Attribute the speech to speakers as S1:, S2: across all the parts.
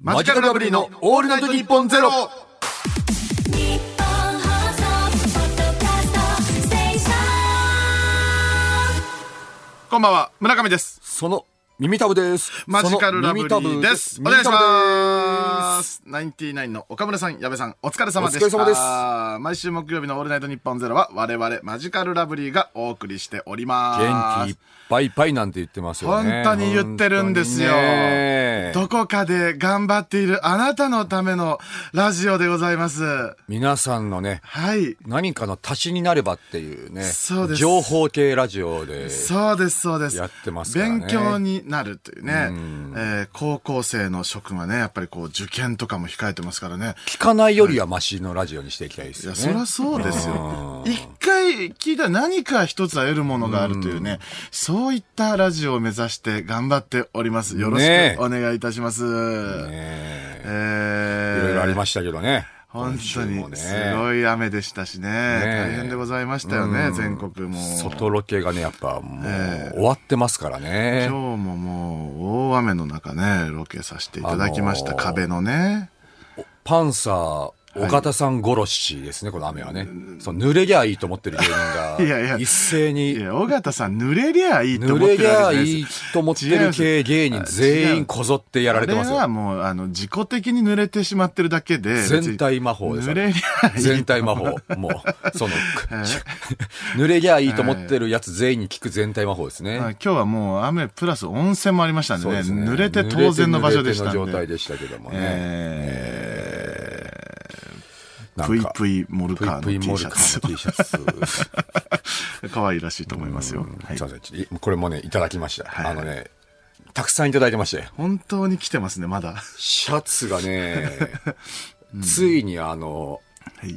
S1: マジカルラブリーのオールナイトニッポンゼロ
S2: 日本放送ポッドキャストステーショ
S3: こんばんは、村上です。
S1: その耳たぶです
S3: マジカルラブリ
S1: その耳
S3: ー
S1: たぶ
S3: です。お願いしま
S1: 耳
S3: す。ナインティナインの岡村さん、矢部さん、お疲れ様でした。
S1: お疲れ様です
S3: 毎週木曜日のオールナイトニッポンゼロは、我々マジカルラブリーがお送りしておりま
S1: た
S3: す。
S1: ぶです元気いっぱいいっぱいなんて言ってますよね
S3: 本当に言ってるんですよ
S1: 本当にね
S3: どこかで頑張っているあなたのためのラジオでございます。
S1: 皆さんのね
S3: はい。
S1: 何かの足しになればっていうね
S3: そうです
S1: 情報系ラジオで
S3: そうです、そうです。
S1: やってますからね
S3: 勉強になるというね。えー高校生の職はね、やっぱりこう、受験とかも控えてますからね。
S1: 聞かないよりはマシのラジオにしていきたいで
S3: い
S1: すよ
S3: や、
S1: ね
S3: そりゃそうですよ。一回聞いたら何か一つは得るものがあるというね、そういったラジオを目指して頑張っております。よろし
S1: ねえ
S3: くお願いいたします。
S1: ね
S3: え
S1: い
S3: ー
S1: ろいろありましたけどね
S3: 本当
S1: 今週も
S3: に
S1: ね
S3: すごい雨でしたしね、大変でございましたよね、全国も。
S1: 外ロケがねやっぱもう終わってますからね、
S3: 今日ももう大雨の中ね、ロケさせていただきました、
S1: あのー
S3: 壁のね。
S1: パンサー岡田さん殺しですね、この雨はね。そう濡れりゃいいと思ってる芸人が、
S3: いやいや
S1: 一斉
S3: い
S1: に、
S3: や、尾形さん濡れりゃいいと
S1: 濡
S3: 思っ
S1: れ
S3: てる
S1: り
S3: わ
S1: ゃ
S3: けじゃない
S1: い
S3: で
S1: い
S3: す
S1: と思ってる系芸人全員こぞってやられてます
S3: あれは
S1: よ。
S3: もう、あの、自己的に濡れてしまってるだけで。
S1: 全体魔法です
S3: 濡れりゃいい。
S1: 全体魔法。もう、その、濡れりゃいいと思ってるやつ全員に聞く全体魔法です
S3: まあ
S1: ね。
S3: 今日はもう雨プラス温泉もありましたんで
S1: そう
S3: ね。
S1: ですね。
S3: 濡れて当然の場所でしたんで。
S1: 濡れての状態でしたけどもね。
S3: え
S1: な
S3: ー
S1: ん
S3: ぷい
S1: か
S3: ぷいモル
S1: ぷい
S3: カーの
S1: ぷい
S3: T
S1: モル
S3: シ
S1: カ
S3: ャツ
S1: ー。の T シャ ツ。
S3: 可愛いらしいと思いますよ。はい
S1: すいませんちょっといこれもね、いただきました。
S3: はい
S1: あのね、たくさんいただいてまして。
S3: 本当に来てますね、まだ。は
S1: シャツ がね、ついにあの、
S3: い。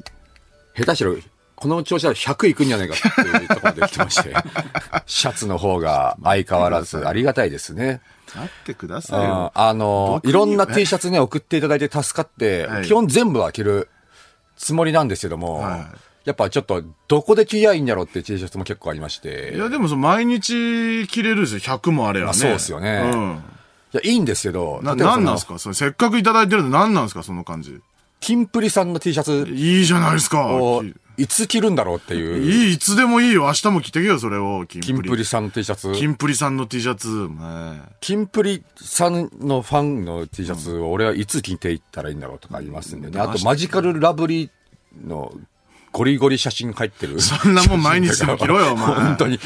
S1: 下手したら、この調子だと100いくんじゃないかっていうところで来てま して、シャツの方が相変わらずありがたいですね。
S3: 待ってください
S1: あ
S3: よ。
S1: あの、
S3: 僕に
S1: いろんな T シャツね、送っていただいて助かって、
S3: はい
S1: 基本全部は着るつもりなんですけども、
S3: はい
S1: やっぱちょっと、どこで着りゃいいんだろうっていう T シャツも結構ありまして。
S3: いや、でもその毎日着れるですよ。100もあれば
S1: まあ
S3: ね。
S1: そうですよね
S3: うん。
S1: いや、いいんですけど、
S3: な、
S1: 例えば
S3: な
S1: そ
S3: ん
S1: の
S3: なんですかそれせっかくいただいてるの何なんですかその感じ。
S1: キンプリさんの T シャツ
S3: いいじゃないですか。
S1: を
S3: き
S1: いつ着るんだろうっていう、
S3: いい、いつでもいいよ。明日も着てけよ、それを。キ
S1: キンプリ。さんの T シャツ。
S3: キンプリさんの T シャツ。ね
S1: キンプリさんのファンの T シャツを俺はいつ着ていったらいいんだろうとかありますんでね。
S3: うん
S1: あとマジカルラブリーのゴリゴリ写真入ってる。
S3: そんなもん毎日でも着ろよお前
S1: 本 当に。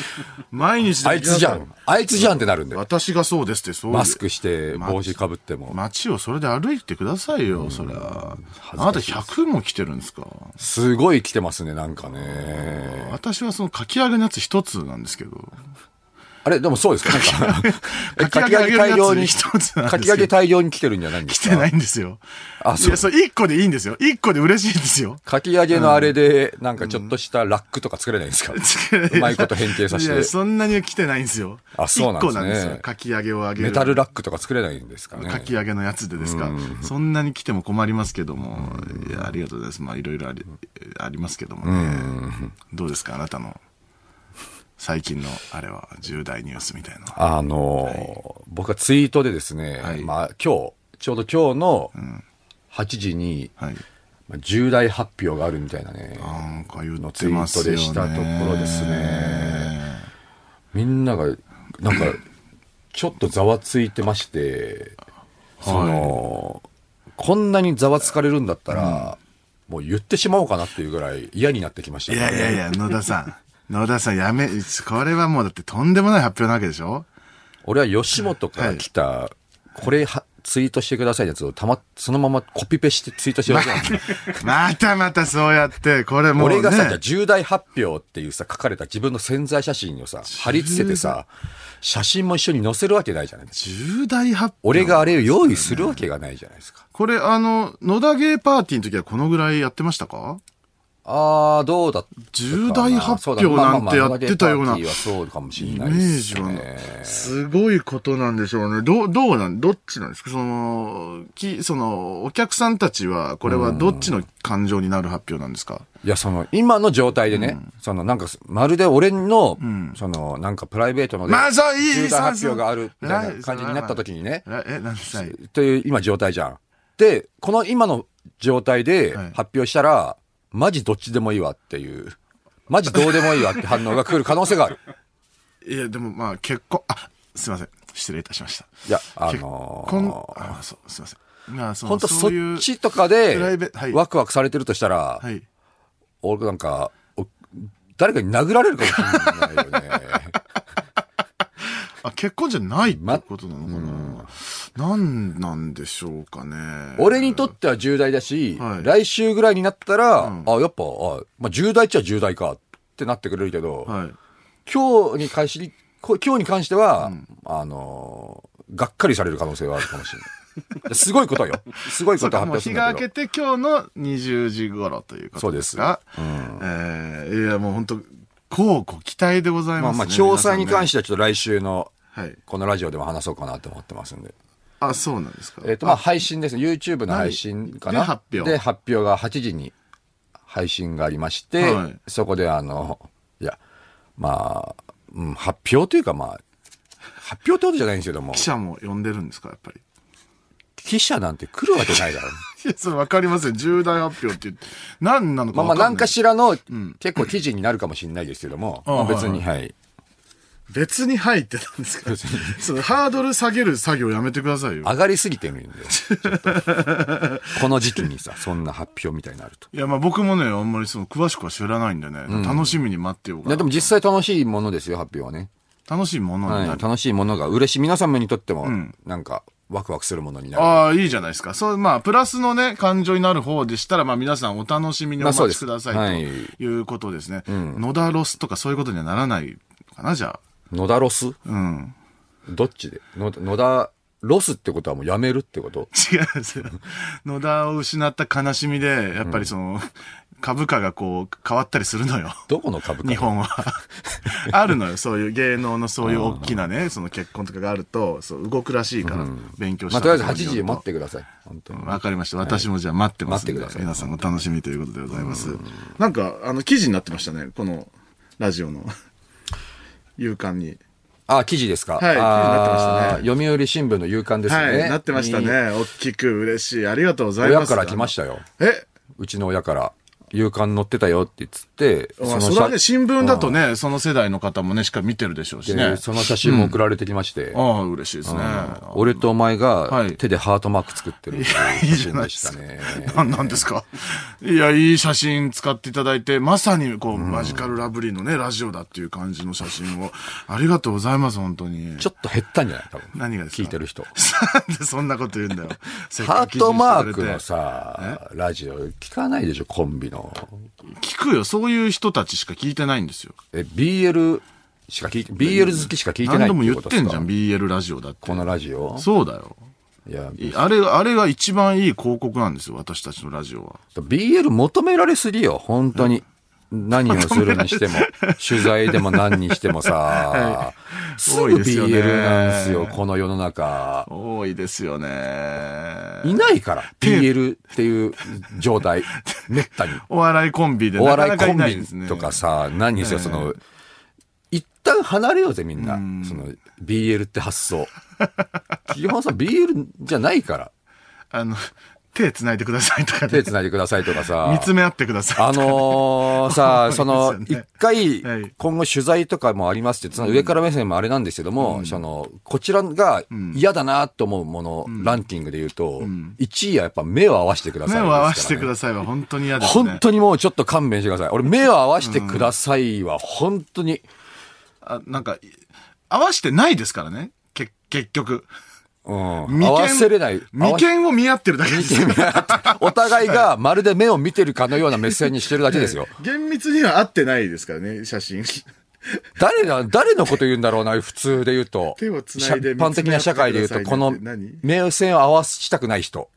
S3: 毎日で
S1: あいつじゃん。あいつじゃんってなるんで。
S3: 私がそうですって、そういう。
S1: マスクして帽子かぶっても。
S3: 街をそれで歩いてくださいよ、そりゃ。あなた100も着てるんですか
S1: すごい着てますね、なんかね。
S3: 私はそのかき揚げのやつ一つなんですけど。
S1: あれ、でもそうですかなんか え
S3: かき揚げ
S1: 大量に、
S3: 一つなんですけど
S1: かき揚げ大量に着てるんじゃないんで
S3: 来
S1: す
S3: て
S1: か
S3: ないんですよ。
S1: あそう
S3: いや、それ1個でいいんですよ。1個で嬉しいんですよ。
S1: かき揚げのあれで、なんかちょっとしたラックとか作れないんですか、 うまいこと変形させ
S3: いや、
S1: て。
S3: そんなに来てないんですよ。
S1: あそうなんです
S3: 1個
S1: ね
S3: なんですよ。かき揚げをあげる。
S1: メタルラックとか作れないんですかね。
S3: かき揚げのやつでですか、そんなに来ても困りますけども、いやありがとうございます、まあ、いろいろありありますけどもね、どうですか、あなたの最近のあれは、重大ニュースみたいな、
S1: あのー僕はツイートでですね、
S3: はい
S1: まあ今日、ちょうど今日の8時に、
S3: はい、
S1: まあ重大発表があるみたいなね、
S3: なんか言
S1: の
S3: っ
S1: ツ
S3: て
S1: イ
S3: ま
S1: ー
S3: す
S1: ト
S3: よ、ね、
S1: でしたところですね。みんなが、なん か、ちょっとざわついてまして、その、こんなにざわつかれるんだったら、もう言ってしまおうかなっていうぐらい嫌になってきました
S3: い
S1: ね、
S3: やいやいや、野田さん、野田さん、やめ、これはもうだってとんでもない発表なわけでしょ、
S1: 俺は吉本から来た、これはツイートしてくださいのやつをたま、そのままコピペしてツイートしようと思って
S3: またまたそうやって、これもう、ね、
S1: 俺がさ、じゃあ重大発表っていうさ、書かれた自分の潜在写真をさ、貼り付けてさ、写真も一緒に載せるわけないじゃないですか。
S3: 重大発表、
S1: 俺があれを用意するわけがないじゃないですか。
S3: これ、あの、野田ゲーパーティーの時はこのぐらいやってましたか
S1: あー、どうだったかな
S3: 重大発表なんてやってたような
S1: そうだまあまあまあパーティーはそうかもしれ
S3: イメ
S1: ないで
S3: ー
S1: す
S3: ジは
S1: ね。
S3: すごいことなんでしょうね。どう、どうなん、どっちなんですかその、き、その、お客さんたちは、これはどっちの感情になる発表なんですか
S1: いや、その、今の状態でね、その、なんか、まるで俺の、その、なんかプライベートので、
S3: まあそういい
S1: 重大
S3: そう
S1: 発
S3: そう
S1: 表があるみたいな感じになった時にね、
S3: え、何歳
S1: という今状態じゃん。で、この今の状態で
S3: はい
S1: 発表したら、マジどっちでもいいわっていう、マジどうでもいいわって反応が来る可能性がある。
S3: いや、でもまあ結婚、あ、すいません。失礼いたしました。
S1: いや、あ
S3: 結
S1: の
S3: 婚、あ、そう、すいません。まあ、そ
S1: 本当そ
S3: そういう
S1: っちとかで
S3: プライベはい
S1: ワクワクされてるとしたら、
S3: はい。
S1: 俺なんか、お誰かに殴られるかもしれないよね。
S3: あ、結婚じゃないってことなのかな、なんなんでしょうかね。
S1: 俺にとっては重大だし、
S3: はい
S1: 来週ぐらいになったら、あ、やっぱ、あまあ、重大っちゃ重大かってなってくれるけど、
S3: はい。
S1: 今日に関し、こ今日に関しては、あのーがっかりされる可能性はあるかもしれない いや。すごいことよ。すごい
S3: そ
S1: こ
S3: う
S1: と
S3: か、
S1: 発
S3: もう
S1: 表す
S3: 日
S1: るん
S3: が
S1: だ
S3: 明
S1: け
S3: け
S1: ど。
S3: て今日の20時頃ということですか。そうです。えーいや、もう本当こうご期待でございま
S1: まあ
S3: すね。
S1: まあ、詳細に関
S3: し
S1: してはちょっと来週の、
S3: て。はい。
S1: このラジオでも話そうかなと思ってますんで。
S3: あ、そうなんですか。
S1: えっ、と、まあ、配信ですね。YouTube の配信かな。
S3: で発表
S1: で発表が8時に配信がありまして、
S3: はい
S1: そこで、あの、いや、まあ、うん、発表というか、まあ、発表ってことじゃないんですけども
S3: 記、者も呼んでるんですか、やっぱり。
S1: 記者なんて来るわけないだろ。
S3: いや、それわかりません。重大発表って言って、何なのか
S1: まあまあ、
S3: わか
S1: な
S3: な
S1: ん
S3: い。
S1: んかしらの、結構記事になるかもしれないですけども、
S3: ああ
S1: まあ別に、
S3: は
S1: はい。
S3: 別に入ってたんですか
S1: 別に
S3: そのハードル下げる作業やめてくださいよ。
S1: 上がりすぎてるんで、ちょっとこの時期にさ、そんな発表みたいになると。
S3: いや、まあ僕もね、あんまりその詳しくは知らないんでね、楽しみに待ってよう
S1: いや
S3: か
S1: で
S3: な。
S1: も実際楽しいものですよ、発表はね。
S3: 楽しいものに
S1: はい、
S3: なる。
S1: 楽しいものが嬉しい。皆様にとっても、
S3: ん
S1: なんか、ワクワクするものになる。
S3: ああ、いいじゃないですか。そう、まあ、プラスのね、感情になる方でしたら、まあ、皆さんお楽しみにお
S1: まあそう
S3: 待
S1: で
S3: ち
S1: す
S3: ください、
S1: はい
S3: ということですね。野田ロスとかそういうことにはならないのかな、じゃ
S1: 野田ロス
S3: あ。うん。
S1: どっちでの野田ロスってことはもうやめるってこと
S3: 違うんですよ。野田を失った悲しみで、やっぱりその、株価がこう、変わったりするの よ。
S1: どこの株価
S3: 日本は。あるのよ、そういう芸能のそういう大きなね、その結婚とかがあると、そう動くらしいから、勉強し
S1: ま
S3: た
S1: あ、とりあえず
S3: ころ
S1: 8
S3: によ
S1: 時
S3: ると
S1: 待ってください。本当に。
S3: わかりました。私もじゃあ待ってますんで、
S1: 待ってください
S3: 皆さんお楽しみということでございます。なんか、あの、記事になってましたね。この、ラジオの、 夕刊に。
S1: あ、記事ですか。
S3: い記事になってましたね
S1: あー読売新聞の夕刊ですね。
S3: はい、なってましたね。
S1: に。
S3: 大きく嬉しい。ありがとうございま
S1: 親
S3: す。
S1: から来ましたよ。
S3: え
S1: うちの親から。夕刊載ってたよって言って、
S3: まあ
S1: 写
S3: それはね、新聞だとね、その世代の方もね、しか見てるでしょうし
S1: で
S3: ね。
S1: その写真も送られてきまして、
S3: ああ、嬉しいですね。
S1: 俺とお前
S3: は
S1: が
S3: い
S1: 手でハートマーク作って る
S3: いい
S1: 写
S3: じゃない
S1: 真で
S3: で
S1: し
S3: す
S1: た
S3: か
S1: ね。
S3: 何なんですかいや、いい写真使っていただいて、まさにこう、マジカルラブリーのね、ラジオだっていう感じの写真を、ありがとうございます、本当に。
S1: ちょっと減ったんじゃない多分。
S3: 何がですか
S1: 聞いてる人。
S3: なんでそんなこと言うん だよ。
S1: ハートマークの
S3: せっか
S1: さ、ラジオ聞かないでしょ、コンビの。
S3: く記事にしてくれて。聞くよ、そういう人たちしか聞いてないんですよ。
S1: え、BL しか聞いて、BL 好きしか聞いてな
S3: 何
S1: いって
S3: 度も
S1: い
S3: 言
S1: う
S3: っ
S1: こと
S3: て
S1: です
S3: ん
S1: か
S3: じゃん、BL ラジオだって
S1: こ。のラジオ
S3: そうだよ。
S1: いや、
S3: いあれ、あれが一番いい広告なんですよ、私たちのラジオは。
S1: BL 求められすぎよ、本当に。何をするにして も、取材でも何にしてもさ、すぐ
S3: 多いですよね
S1: BL なんですよ、この世の中。
S3: 多いですよね。
S1: いないから、BL っていう状態、 めったに。
S3: お笑いコンビで
S1: お
S3: なか
S1: 笑
S3: ないか
S1: コ
S3: いないで
S1: ン
S3: す
S1: ビ
S3: ね。
S1: とかさ、何にせよ、その、一旦離れようぜ、みんな。その、BL って発想。 基本さ、BL じゃないから。
S3: あの、手繋いでくださいとか
S1: 手
S3: で、
S1: 繋いでくださいとかさ。
S3: 見つめ合ってくださいとか。
S1: あの ーさその
S3: 多い、ですよ
S1: 一
S3: ね
S1: 回
S3: はい、
S1: 今後取材とかもありますって、その上から目線もあれなんですけども、その、こちらが嫌だなと思うもの、ランキングで言うと、1位はやっぱ目を合わせてください、
S3: 目を合わせてくだ
S1: さい。
S3: さいは本当に嫌ですね。
S1: 本当にもうちょっと勘弁してください。俺、目を合わせてくださいは、本当に、
S3: あなんか、い合わせてないですからね。け結局。
S1: うん、合わせれない。
S3: 眉間を見合ってるだけですよ。
S1: お互いがまるで目を見てるかのような目線にしてるだけですよ。
S3: 厳密には合ってないですからね、写真。
S1: 誰が、誰のこと言うんだろうな、普通で言うと。
S3: 手を繋いで
S1: 一般的な社会で言うと、この
S3: 見つめ合ってくださいねって
S1: 目線を合わしたくない人。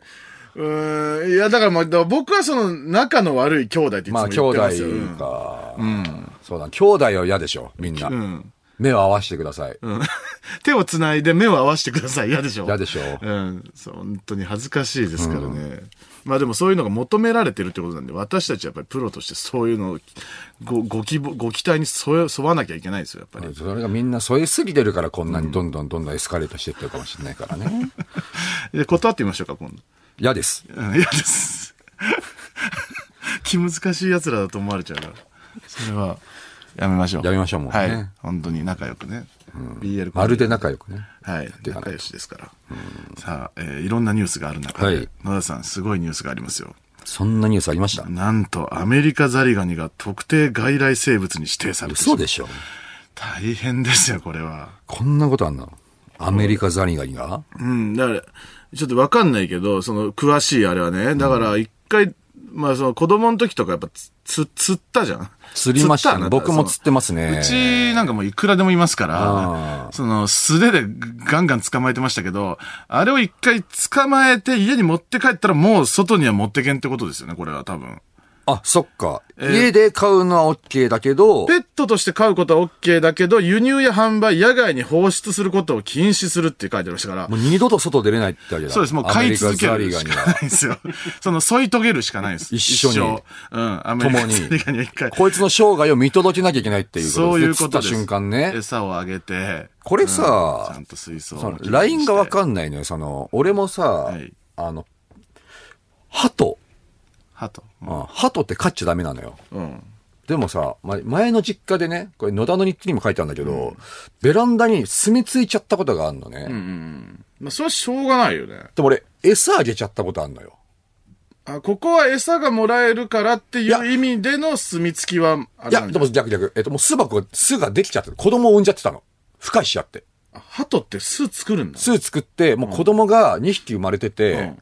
S3: うーん。いや、だからもう、だから僕はその仲の悪い兄弟っていつ
S1: ま
S3: も
S1: あ、兄
S3: 言って
S1: 弟
S3: ますよ。
S1: か。そうだ、兄弟は嫌でしょ、みんな。
S3: うん
S1: 目を合わせてください。
S3: うん。 手を繋いで目を合わせてください。嫌でしょ
S1: 嫌でしょ
S3: うん。そう、本当に恥ずかしいですからね。まあでもそういうのが求められてるってことなんで、私たちはやっぱりプロとしてそういうのをご、ご希望、ご期待に沿え沿わなきゃいけないですよ、やっぱり。
S1: それがみんな添えすぎてるから、こんなにどんどんどんどんエスカレートしてってるかもしれないからね。
S3: で、断ってみましょうか、今度。
S1: 嫌です。
S3: うん嫌です。 気難しい奴らだと思われちゃうから。それは、やめましょう。
S1: やめましょうもうね
S3: はい。本当に仲良くね。BL
S1: まるで仲良くね。
S3: はい。
S1: いかないと
S3: 仲良しですから。さあ、えーいろんなニュースがある中
S1: は
S3: で、
S1: い
S3: 野田さん、すごいニュースがありますよ。
S1: そんなニュースありました
S3: なんと、アメリカザリガニが特定外来生物に指定されてしま
S1: 嘘
S3: う
S1: でしょ。
S3: 大変ですよ、これは。
S1: こんなことあんのアメリカザリガニが
S3: うん、だから、ちょっとわかんないけど、その、詳しいあれはね、だから一回、まあその子供の時とかやっぱつ、つ、釣ったじゃん
S1: 釣りました
S3: 釣
S1: ね
S3: っあな
S1: 僕も釣ってます
S3: その
S1: ね。
S3: うちなんかもういくらでもいますから
S1: あ、
S3: その素手でガンガン捕まえてましたけど、あれを一回捕まえて家に持って帰ったらもう外には持ってけんってことですよね、これは多分。
S1: あ、そっか。家で買うのは OK だけど、
S3: ペットとして飼うことは OK だけど、輸入や販売、野外に放出することを禁止するって書いてましたから
S1: も、う二度と外出れないってわけだ。
S3: そうです。もう飼い続け
S1: アメ
S3: る
S1: リカ
S3: し
S1: ザリガ
S3: か
S1: ニ
S3: な
S1: はい
S3: んですよ。 その添い遂げるしかないです。
S1: 一緒に
S3: 生うん。アメリカ
S1: 共に
S3: ザリガニは一回。
S1: こいつの生涯を見届けなきゃいけないっていうこと
S3: そういう
S1: です
S3: ことです。
S1: 釣った瞬間ね。
S3: 餌をあげて。
S1: これ
S3: うんちゃ
S1: さ
S3: ん、と水槽
S1: そのラインがわ
S3: る。
S1: かんないのよ。その、俺もさ、
S3: い
S1: あの、鳩、
S3: ハト。
S1: うん鳩って飼っちゃダメなのよ。
S3: うん。
S1: でもさ、ま前の実家でね、これ野田の日記にも書いてあるんだけど、ベランダに住み着いちゃったことがあるのね。
S3: まあ、それはしょうがないよね。
S1: でも俺、餌あげちゃったことあるのよ。
S3: あ、ここは餌がもらえるからってい
S1: や
S3: う意味での住み着きは、あ
S1: い
S3: れ
S1: や、
S3: なん
S1: で
S3: じゃな
S1: も
S3: い
S1: 逆逆。えっと、もう巣箱が、巣ができちゃってる。子供を産んじゃってたの。孵化しちゃって。
S3: あハトって巣作るんだ。
S1: 巣作って、もう子供が2匹生まれてて、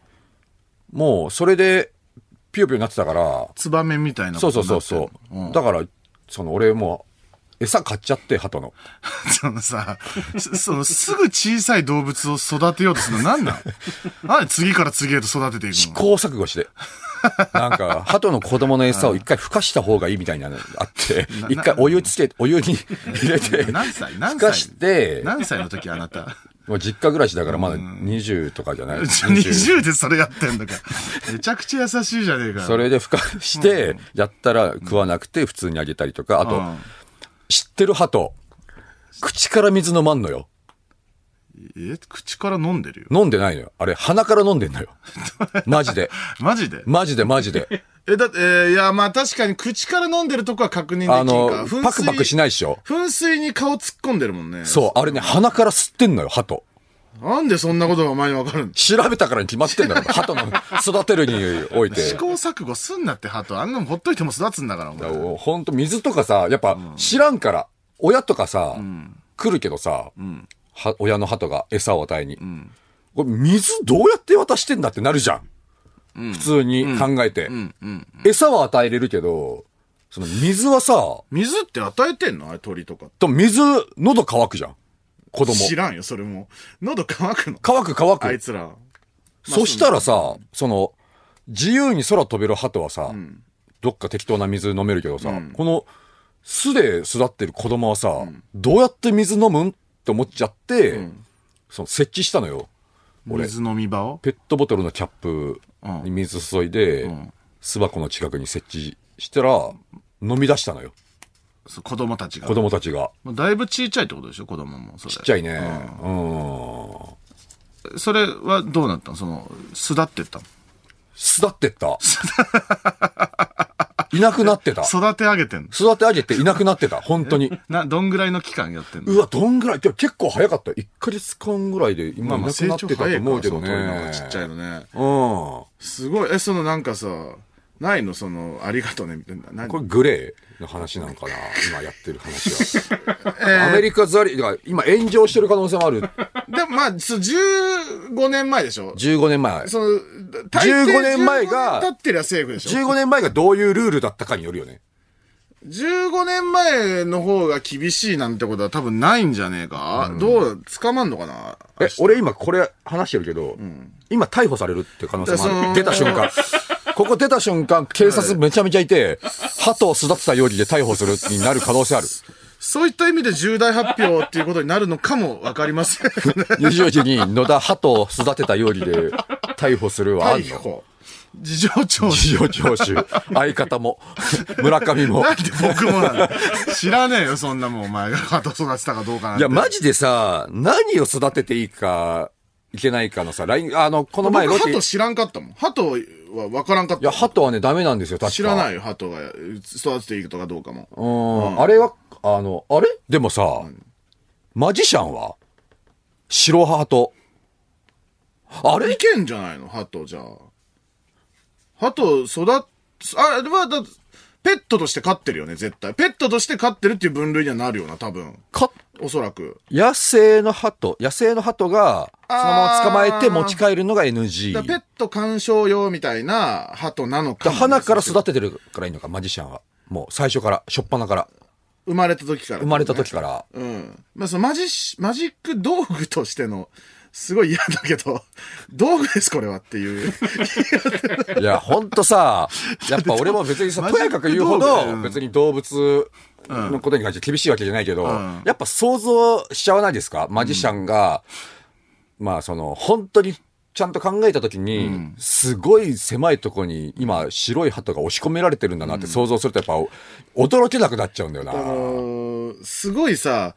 S1: もうそれで、ピヨピヨになってたから、
S3: ツバメみたいな
S1: そ
S3: こと
S1: う
S3: に
S1: そう
S3: な
S1: そ
S3: っ
S1: う
S3: てんの
S1: そう。だから、その俺もう、餌買っちゃって、鳩の。
S3: そのさ、すそのすぐ小さい動物を育てようとするの 何なんなんで次から次へと育てていく
S1: 試
S3: の
S1: 行錯誤して。なんか、鳩の子供の餌を一回孵化した方がいいみたいなのがあって、一回お湯つけ、お湯に入れて、
S3: 何歳何
S1: 孵化
S3: 歳
S1: して、
S3: 何歳の時あな た
S1: もう実家暮らしだからまだ20とかじゃ ない
S3: ?20 でそれやってんのか。めちゃくちゃ優しいじゃねえか。
S1: それで孵化して、やったら食わなくて普通にあげたりとか、あ
S3: う
S1: と、
S3: ん
S1: 知ってる鳩、口から水飲まんのよ。
S3: え、口から飲んでるよ。
S1: 飲んでないのよ。あれ、鼻から飲んでん のよ。マジで。
S3: マジで
S1: マジでマジ で。
S3: え、だって、えーいや、まあ確かに口から飲んでるとこは確認できるか。。
S1: あの、パクパクしないいでしょ。
S3: 噴水に顔突っ込んでるもんね。
S1: そう、あれね、鼻から吸ってんのよ、鳩。
S3: なんでそんなことがお前にわかるんだ
S1: 調べたからに決まってんだから、鳩の育てるに おいて。
S3: 試行錯誤すんなって、ハト。あんなもんほっといても育つんだから、お前。
S1: ほんと、水とかさ、やっぱ知らんから、親とかさ、来るけどさ、は親の鳩が餌を与えに。これ水どうやって渡してんだってなるじゃん。普通に考えて、餌は与えれるけど、その水はさ、
S3: 水って与えてんのあれ鳥とか。
S1: と水、喉乾くじゃん。子供。
S3: 知らんよ、それも。喉乾くの
S1: 乾く乾く。
S3: あいつら。
S1: そしたらさ、その、自由に空飛べる鳩はさ、どっか適当な水飲めるけどさ、この巣で育ってる子供はさ、どうやって水飲むんって思っちゃって、その設置したのよ。俺、
S3: 水飲み場を
S1: ペットボトルのキャップに水注いで、
S3: ん
S1: 巣箱の近くに設置したら、飲み出したのよ。
S3: そう子供たちが。
S1: 子供たちが。
S3: もうだいぶちっちゃいってことでしょ、子供も。ち
S1: ちっちゃいね。うん。
S3: それはどうなったのその、巣立ってったの
S1: 巣立って った。いなくなってた。
S3: 育て上げてんの
S1: 育て上げていなくなってた。本当に。
S3: な、どんぐらいの期間やってんの
S1: うわ、どんぐらいでも結構早かった。1ヶ月間ぐらいで
S3: ま
S1: 今
S3: あ
S1: い
S3: まあ
S1: なく
S3: 成
S1: なって
S3: 長
S1: たと
S3: 早い
S1: 思う
S3: け
S1: け
S3: ど
S1: どね。
S3: ね。ちっちゃいのね。
S1: うん。こ
S3: すごい。え、そのなんかさ、ないのその、ありがとうね、みたいな。何
S1: れグレーの話なのかな今やってる話 は。アメリカザリ、だから今炎上してる可能性もある。
S3: でもまあ、そう15年前でしょ
S1: 15年前。
S3: その、大抵
S1: 15年前が
S3: 15年経ってりゃセーフでしょ
S1: 15年前がどういうルールだったかによるよね。
S3: 15年前の方が厳しいなんてことは多分ないんじゃねえか、どう、捕まんのかな
S1: え、俺今これ話してるけど、今逮捕されるって可能性
S3: いや
S1: もあ
S3: その
S1: る。出た瞬間。ここ出た瞬間、警察めちゃめちゃ いて、鳩を育てた容疑で逮捕するになる可能性ある。
S3: そういった意味で重大発表っていうことになるのかもわかりま せん。
S1: 20時に野田鳩を育てた容疑で逮捕するはあん
S3: 逮
S1: の
S3: 捕。 事情聴取。
S1: 事情聴取。相 方も、村上も。
S3: なんで僕もなんだ知らねえよ、そんなもん、お前が鳩育てたかどうかなんて。
S1: いや、マジでさ、何を育てていいか、いけないかのさ、ライン、あの、この前
S3: 僕
S1: ロ
S3: ハ
S1: ケ、い
S3: ト知らんかったもん。ハトは分からんかったもん。
S1: や、ハトはね、ダメなんですよ、確か。
S3: 知らないいよ、ハトが育てていいとかどうかも。
S1: うん、あれは、あの、あれでもさ、マジシャンは白ハト。あれ
S3: いけんじゃないのハト、じゃあ。ハト、育っ、あれはだ、ペットとして飼ってるよね、絶対。ペットとして飼ってるっていう分類にはなるよな、多分。
S1: か
S3: おそらく。
S1: 野生のハト、野生のハトが、そのまま捕まえて持ち帰るのが NG。
S3: だから
S1: だ
S3: ペット鑑賞用みたいなハトなのかもね
S1: 花から育ててるからいいのか、マジシャンは。もう最初から、初っ端から、
S3: 生まれた時から、
S1: 生まれた時から。
S3: うん。まあ、そのマジし、マジック道具としての、すごい嫌だけど、 道具です、これはって いう。
S1: いや、ほんとさ、 やっぱ俺も別にさ、
S3: マジ
S1: とやかく言うほど
S3: う、ん
S1: 別に動物のことに関して厳しいわけじゃないけど、
S3: ん
S1: やっぱ想像しちゃわないですかマジシャンが、まあその、本当にちゃんと考えたときに、すごい狭いとこに今、白い鳩が押し込められてるんだなって想像すると、やっぱ驚けなくなっちゃうんだよな。
S3: あのーすごいさ、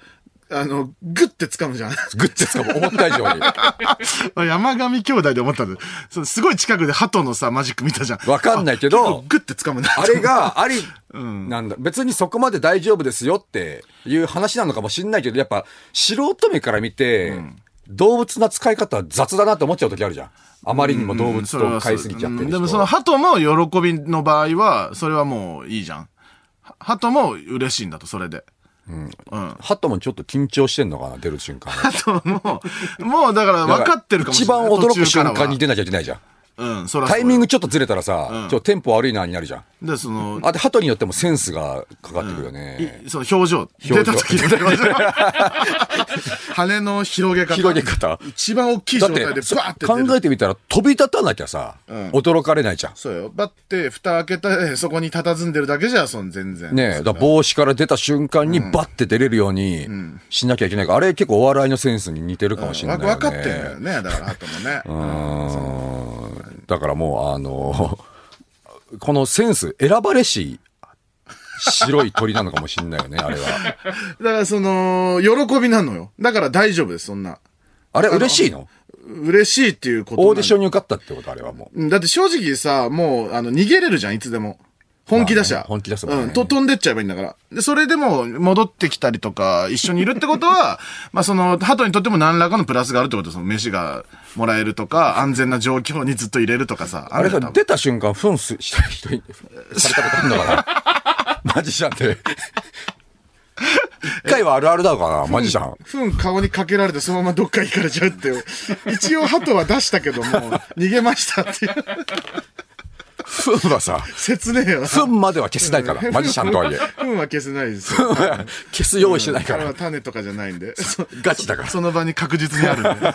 S3: あの、グッて掴むじゃん。
S1: グッてつかも、思った以上に。
S3: 山上兄弟で思ったんだそうすごい近くで鳩のさ、マジック見たじゃん。
S1: わかんないけ
S3: あ
S1: ど、
S3: グッて掴むな。
S1: あれ があり、
S3: ん
S1: なんだ、別にそこまで大丈夫ですよっていう話なのかもしんないけど、やっぱ素人目から見て、動物の使い方は雑だなって思っちゃう時あるじゃん。あまりにも動物
S3: それ
S1: と
S3: はそう
S1: 飼いすぎちゃってる
S3: う
S1: 人。
S3: んでもその鳩も喜びの場合は、それはもういいじゃん。は鳩も嬉しいんだと、それで。うん。
S1: 鳩もちょっと緊張してんのかな、出る瞬 間。
S3: 鳩も、もうだから分かってるかもしれない。
S1: 一番驚く
S3: 途中
S1: 瞬
S3: からは
S1: 間に出なきゃいけないじゃん。
S3: うん、そらそう
S1: タイミングちょっとずれたらさ、
S3: ん
S1: ちょっとテンポ悪いなになるじゃん。
S3: で、その、
S1: あ、で、鳩によってもセンスがかかってくるよね。
S3: いその表情。
S1: 情
S3: 出た時の表情。羽の広げ方。
S1: 広げ方。
S3: 一番大きい
S1: だ
S3: 状
S1: っ
S3: 態でバ
S1: て、そ
S3: ーって出
S1: 考
S3: る。
S1: えてみたら飛び立たなきゃさ、
S3: ん
S1: 驚かれないじゃん。
S3: そうよ。バッて、蓋開けて、 そこに佇んでるだけじゃ、その全然。
S1: ねえ、だから帽子から出た瞬間にバッて出れるようにしなきゃいけないから、あれ結構お笑いのセンスに似てるかもしれないよ
S3: わ
S1: ね。
S3: 分かってんだよね、だから、ハトも ね。
S1: うんだからもう、あの、 このセンス、選ばれし白い鳥なのかもしれないよね、あれは。
S3: だから、その、喜びなのよ。だから大丈夫です、そんな。
S1: あれ嬉しいの
S3: 嬉しいっていうことなの。
S1: オーディションに受かったってこと、あれはもう。
S3: うんだって正直さ、もう、あの、逃げれるじゃん、いつでも。本気出し
S1: まあ
S3: ゃ。
S1: ね本気出せばね
S3: うん。と、飛んでっちゃえばいいんだから。で、それでも、戻ってきたりとか、一緒にいるってことは、 まあ、その、鳩にとっても何らかのプラスがあるってことその、飯がもらえるとか、安全な状況にずっと入れるとかさ。
S1: あれ
S3: る
S1: さ、
S3: よ多分
S1: 出た瞬間、フンすした 人に、されたことあるのかなマジシャンって。一回はあるあるだからな、マジ シャン。
S3: ふん、顔にかけられて、そのままどっか行かれちゃうっていう。一応、鳩は出したけ ども、逃げましたっていう。
S1: フンはさ、
S3: 説明よな。
S1: フンまでは消せないから、マジシャンとは いえ。
S3: ふんは消せないですよ。
S1: 消す用意してないか
S3: あれ
S1: ら
S3: は。種とかじゃないんで。そ
S1: ガチだから。
S3: その場に確実にあるんで。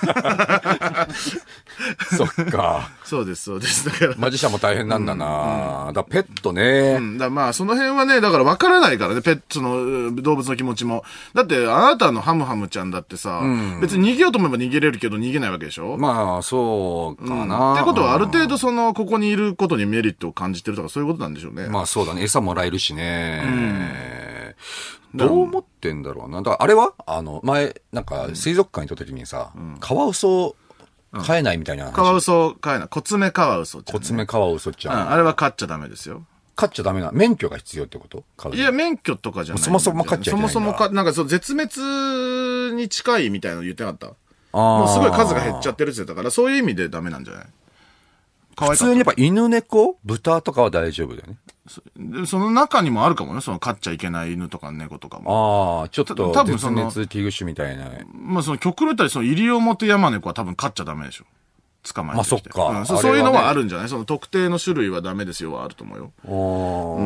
S1: そっか。
S3: そうです、そうです。だから。
S1: マジシャンも大変なんだな、だからペットね、
S3: うんだからまあ、その辺はね、だから分からないからね、ペットのうん動物の気持ちも。だって、あなたのハムハムちゃんだってさ、別に逃げようと思えば逃げれるけど逃げないわけでしょ、
S1: まあ、そうかな、
S3: ってことは、ある程度その、ここにいることにメリットを感じてるとか、そういうことなんでしょうね。
S1: まあそうだね。餌もらえるしね。どう思ってんだろうな。だからあれはあの、前、なんか水族館に行った時にさ、カワウソ飼えないみたいな
S3: カ
S1: 話。
S3: ワウソ飼えない。コツメカワウソちゃん、
S1: コツメカワウソち
S3: うん
S1: ゃん。
S3: あれは飼っちゃダメですよ。
S1: 飼っちゃダメな。免許が必要ってこと飼う
S3: いや、免許とかじゃない。
S1: そもそも飼っちゃいけないんだ
S3: そもそも飼、なんかそう、絶滅に近いみたいなの言ってなかった
S1: あー
S3: もうすごい数が減っちゃってるって言ってたから、そういう意味でダメなんじゃない可愛か
S1: 普
S3: った
S1: 通にやっぱ犬猫豚とかは大丈夫だよね。
S3: でその中にもあるかもね、その飼っちゃいけない犬とか猫とかも。
S1: ああ、ちょったと
S3: 多分
S1: 絶
S3: その
S1: 滅危惧種みたいな。
S3: まあその極論言ったら、その入表山猫は多分飼っちゃダメでしょ。捕まえてきて。
S1: まあそっか
S3: うんそ
S1: あれ
S3: そ
S1: はね
S3: ういうのはあるんじゃないその特定の種類はダメですよはあると思うよ。
S1: お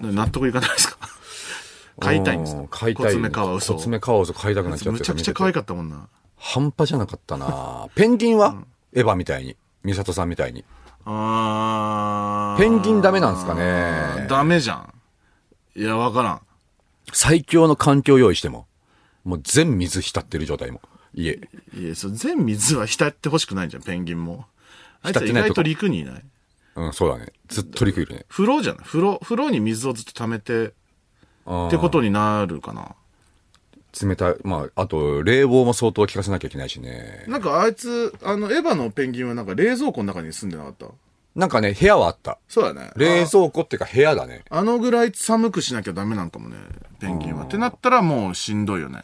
S3: で納得いかないですか 飼いたいんですか
S1: 買いたい。
S3: コツメカワウソ。
S1: コツメカワウソ買いたくなっちゃって
S3: むちゃくちゃ可愛かったもんな。
S1: 半端じゃなかったな ペンギンはエヴァみたいに。美里さんみたいに。
S3: あー
S1: ペンギンダメなんですかね
S3: ダメじゃん。いや、わからん。
S1: 最強の環境用意しても。もう全水浸ってる状態も。家。
S3: いや、そう全水は浸ってほしくないじゃん、ペンギンも。あいつ
S1: 浸っ
S3: は
S1: て
S3: 意
S1: ない
S3: 外
S1: とこと
S3: 陸にいない。
S1: うん、そうだね。ずっとリクいるね。
S3: 風呂じゃない風呂、風呂に水をずっと溜めて、
S1: っ
S3: ってことになるかな。
S1: 冷たい。まあ、あと、冷房も相当効かせなきゃいけないしね。
S3: なんかあいつ、あの、エヴァのペンギンはなんか冷蔵庫の中に住んでなかった
S1: なんかね、部屋はあった。
S3: そうだね。
S1: 冷蔵庫っていうか部屋だね。
S3: あのぐらい寒くしなきゃダメなんかもね、ペンギンは。ってなったらもうしんどいよね。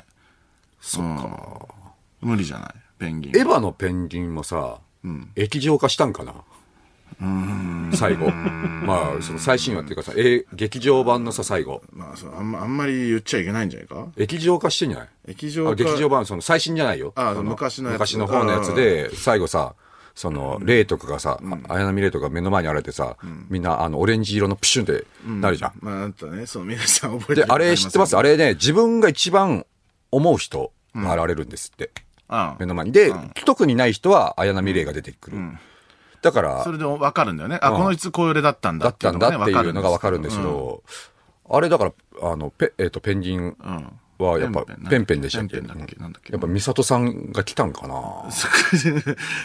S3: そっか、無理じゃない、ペンギン。
S1: エヴァのペンギンもさ、液状化したんかな最後。まあ、その最新話っていうかさ、え劇場版のさ、最後。
S3: まあそうあんま、あんまり言っちゃいけないんじゃないか
S1: 液状化してんじゃない
S3: 液状化
S1: あ劇場版、その最新じゃないよ。
S3: あ
S1: その
S3: 昔のやつ
S1: 昔の方のやつで、最後さ、その、霊とかがさ、綾波霊とかが目の前に現れてさ、みんな、あの、オレンジ色のプシュンってなるじゃん。
S3: まあ、あんたね、そう、皆さん覚えて
S1: で
S3: る、
S1: あれ知ってますあれね、自分が一番思う人が現れるんですって。
S3: あ
S1: 目の前に。で、特にない人は綾波霊が出てくる。だから
S3: そ、れで分かるんだよね。あ、このいつこれだったんだ
S1: だ
S3: っ
S1: っ
S3: い
S1: てた
S3: うんの
S1: だ
S3: がね
S1: っていうのがわかるんですけ。ど、あれだから、あの、ペ、えっ、と、ペンギンはやっぱ
S3: ペンペン、
S1: ペンペンでしたっけ
S3: ペンペンだっけなんだっけ
S1: やっぱ、美里さんが来たんかな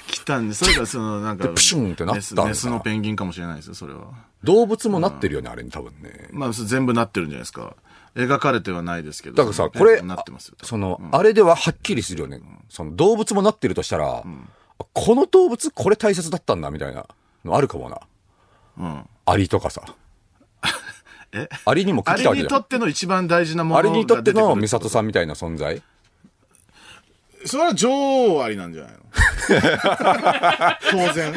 S3: 来たんで、それがその、なんか、
S1: でプシュンってなったんだ
S3: メスメスのペンギンかもしれないですよ、それは。
S1: 動物もなってるよね、あれに多分ね。
S3: まあ、そう全部なってるんじゃないですか。描かれてはないですけど。
S1: だからさ、
S3: その
S1: これ、
S3: なってますよ。
S1: その、あれでははっきりするよね。その、動物もなってるとしたら、あこの動物、これ大切だったんだ、みたいなのあるかもな。
S3: うん。
S1: アリとかさ。
S3: え
S1: アリにも
S3: あ
S1: 来
S3: れ
S1: たわけ
S3: に
S1: じ
S3: と
S1: ゃん
S3: っ。ての一番大事なもの
S1: あれにとって
S3: が出
S1: の
S3: くる
S1: 美里さんみたいな存在
S3: それは女王アリなんじゃない の当然。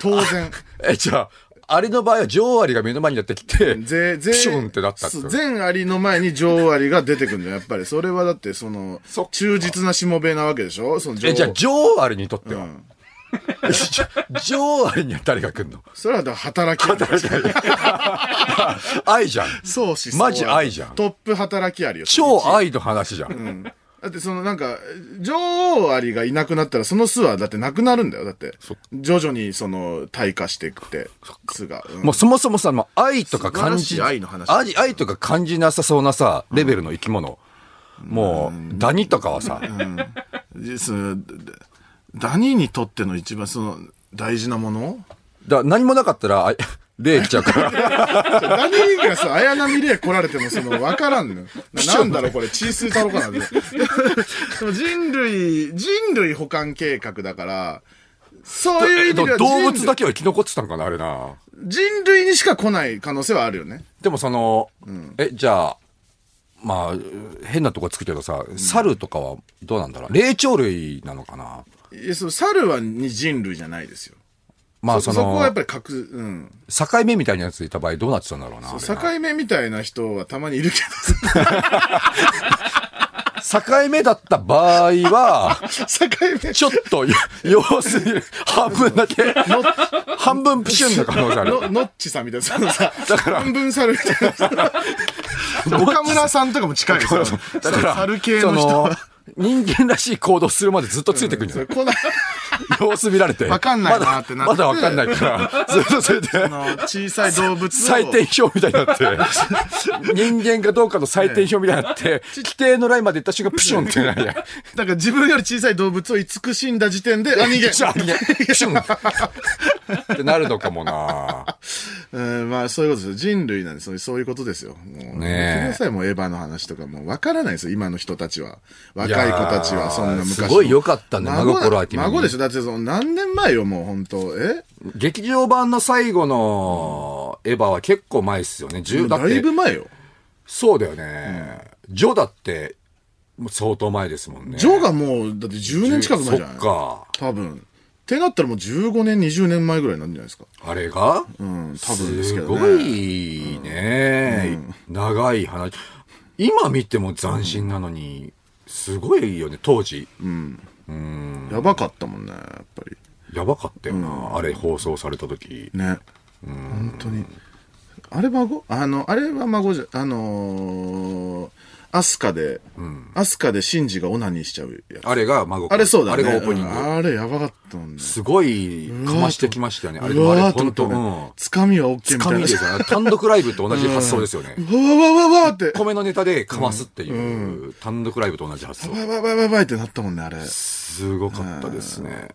S3: 当 然。
S1: え、じゃあ、アリの場合は女王アリが目の前にやってき て、
S3: ぜ、ぜ、
S1: プシュンってなったってこと
S3: 全アリの前に女王アリが出てくるんだよ、やっぱり。それはだって、その
S1: そっ、か
S3: 忠実なしもべなわけでしょその女王。
S1: え、じゃあ女王アリにとっては、
S3: ん
S1: じゃ女王アリには誰が来んの
S3: それはだから働きアリ。
S1: 愛じゃん。
S3: 相思相愛
S1: マジ愛じゃん。
S3: トップ働きアリよ。
S1: 超愛の話じゃん。
S3: だってそのなんか、女王アリがいなくなったらその巣はだってなくなるんだよ。だって、徐々にその退化していくって、巣が。うん
S1: もうそもそもさ、もう愛とか感じ、
S3: 素晴らしい愛の話
S1: 愛愛とか感じなさそうなさ、レベルの生き物。もう、ダニとかはさ、
S3: でそのダニにとっての一番その大事なもの
S1: だ何もなかったら、あ霊来ちゃうから。
S3: ダニがさ、綾波レイ来られてもその分からんのよ。ななんだろうこれ、血吸いたろかな でも人類、人類保管計画だから、そういう意味では人
S1: 動物だ
S3: 類
S1: けは生き残ってたんかな、あれな。
S3: 人類にしか来ない可能性はあるよね。
S1: でもその、え、じゃあ、まあ、変なとこつくけどさ、猿とかはどうなんだろう霊長類なのかない
S3: や、そう、猿はに人類じゃないですよ。
S1: まあ
S3: そ
S1: そ
S3: こはやっ
S1: の、
S3: ぱり隠、うん。
S1: 境目みたいなやついた場合どうなってたんだろうな。あれな
S3: 境目みたいな人はたまにいるけ
S1: 境目だった場合は、
S3: ど、境目。
S1: ちょっと、よ様子見る。半分だけ、半分プシュンの可能性ある。
S3: の、ノッチさんみたいな、そのさ、
S1: だから
S3: 半分猿みたいな さ。岡村さんとかも近いですよ。
S1: だから、
S3: 猿系の人は。
S1: その人間らしい行動するまでずっとついてくんじゃ
S3: そ
S1: な
S3: れ
S1: い
S3: 来ない。
S1: 様子見られて。
S3: わかんないなってなって
S1: まだまだわかんないから、ずっとそれで、
S3: あの小さい動物を。
S1: 採点表みたいになって、人間かどうかの採点表みたいになって、規定のラインまで行った瞬間、プシュンってなるやん。
S3: だから自分より小さい動物を慈しんだ時点で、あ、逃げ。
S1: じゃあ、プシュンってなるのかもな
S3: うん、まあそういうことですよ。人類なんで、そうそういうことですよ。もう、
S1: ねえ
S3: ください、もうエヴァの話とかもうわからないですよ、今の人たちは。若い子たちは、そんな昔の。
S1: すごい良かったね真心は君に
S3: 孫でしょだってその何年前よ、もう本当え
S1: 劇場版の最後のエヴァは結構前っすよね。10だ
S3: だ
S1: っ
S3: い
S1: て
S3: ぶ、前よ。
S1: そうだよね。ジョだって、もう相当前ですもんね。
S3: ジョーがもう、だって10年近く前じゃない
S1: そっか。
S3: 多分。ってなったらもう15年、20年前ぐらいになるんじゃないですか。
S1: あれが
S3: うん、多分ですけどね。
S1: ごいね、長い話。今見ても斬新なのに、すごいよね、当時。
S3: やばかったもんね、やっぱり。
S1: やばかったよな、あれ放送された時。
S3: ね。本当に。あれ孫あの、あれは孫じゃ、あのー、アスカで、アスカでシンジがオナニーしちゃうやつ。
S1: あれが孫
S3: あれそうだね。
S1: あれがオープニング。
S3: うんあれやばかったもんね。
S1: すごい、かましてきましたよね。あれで
S3: う
S1: もあ
S3: わ
S1: れ、
S3: ーっと思
S1: 本
S3: った
S1: 当、
S3: よね
S1: うん。
S3: つかみは OK みた
S1: 紙
S3: いな
S1: で。すよね。単独ライブと同じ発想ですよね。
S3: うわわわわわって、
S1: 米のネタでかますっていう、単独ライブと同じ発想。
S3: わわわわわってなったもんね、あれ。
S1: すごかったですね。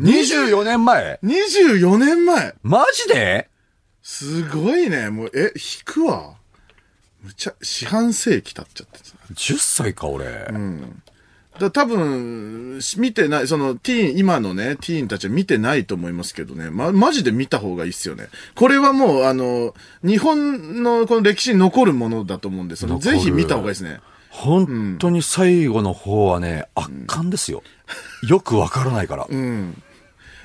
S1: 24年前
S3: 24年前
S1: マジです
S3: ごいね。もう、え、引くわ。むちゃ、四半世紀経っちゃってた。
S1: 10歳か、俺。
S3: だ多分、し見てない、その、ティーン、今のね、ティーンたちは見てないと思いますけどね、ま、マジで見た方がいいっすよね。これはもう、あの、日本のこの歴史に残るものだと思うんで、その、
S1: 残る
S3: ぜひ見た方がいいですね。
S1: 本当に最後の方はね、圧巻ですよ。よくわからないから。
S3: だ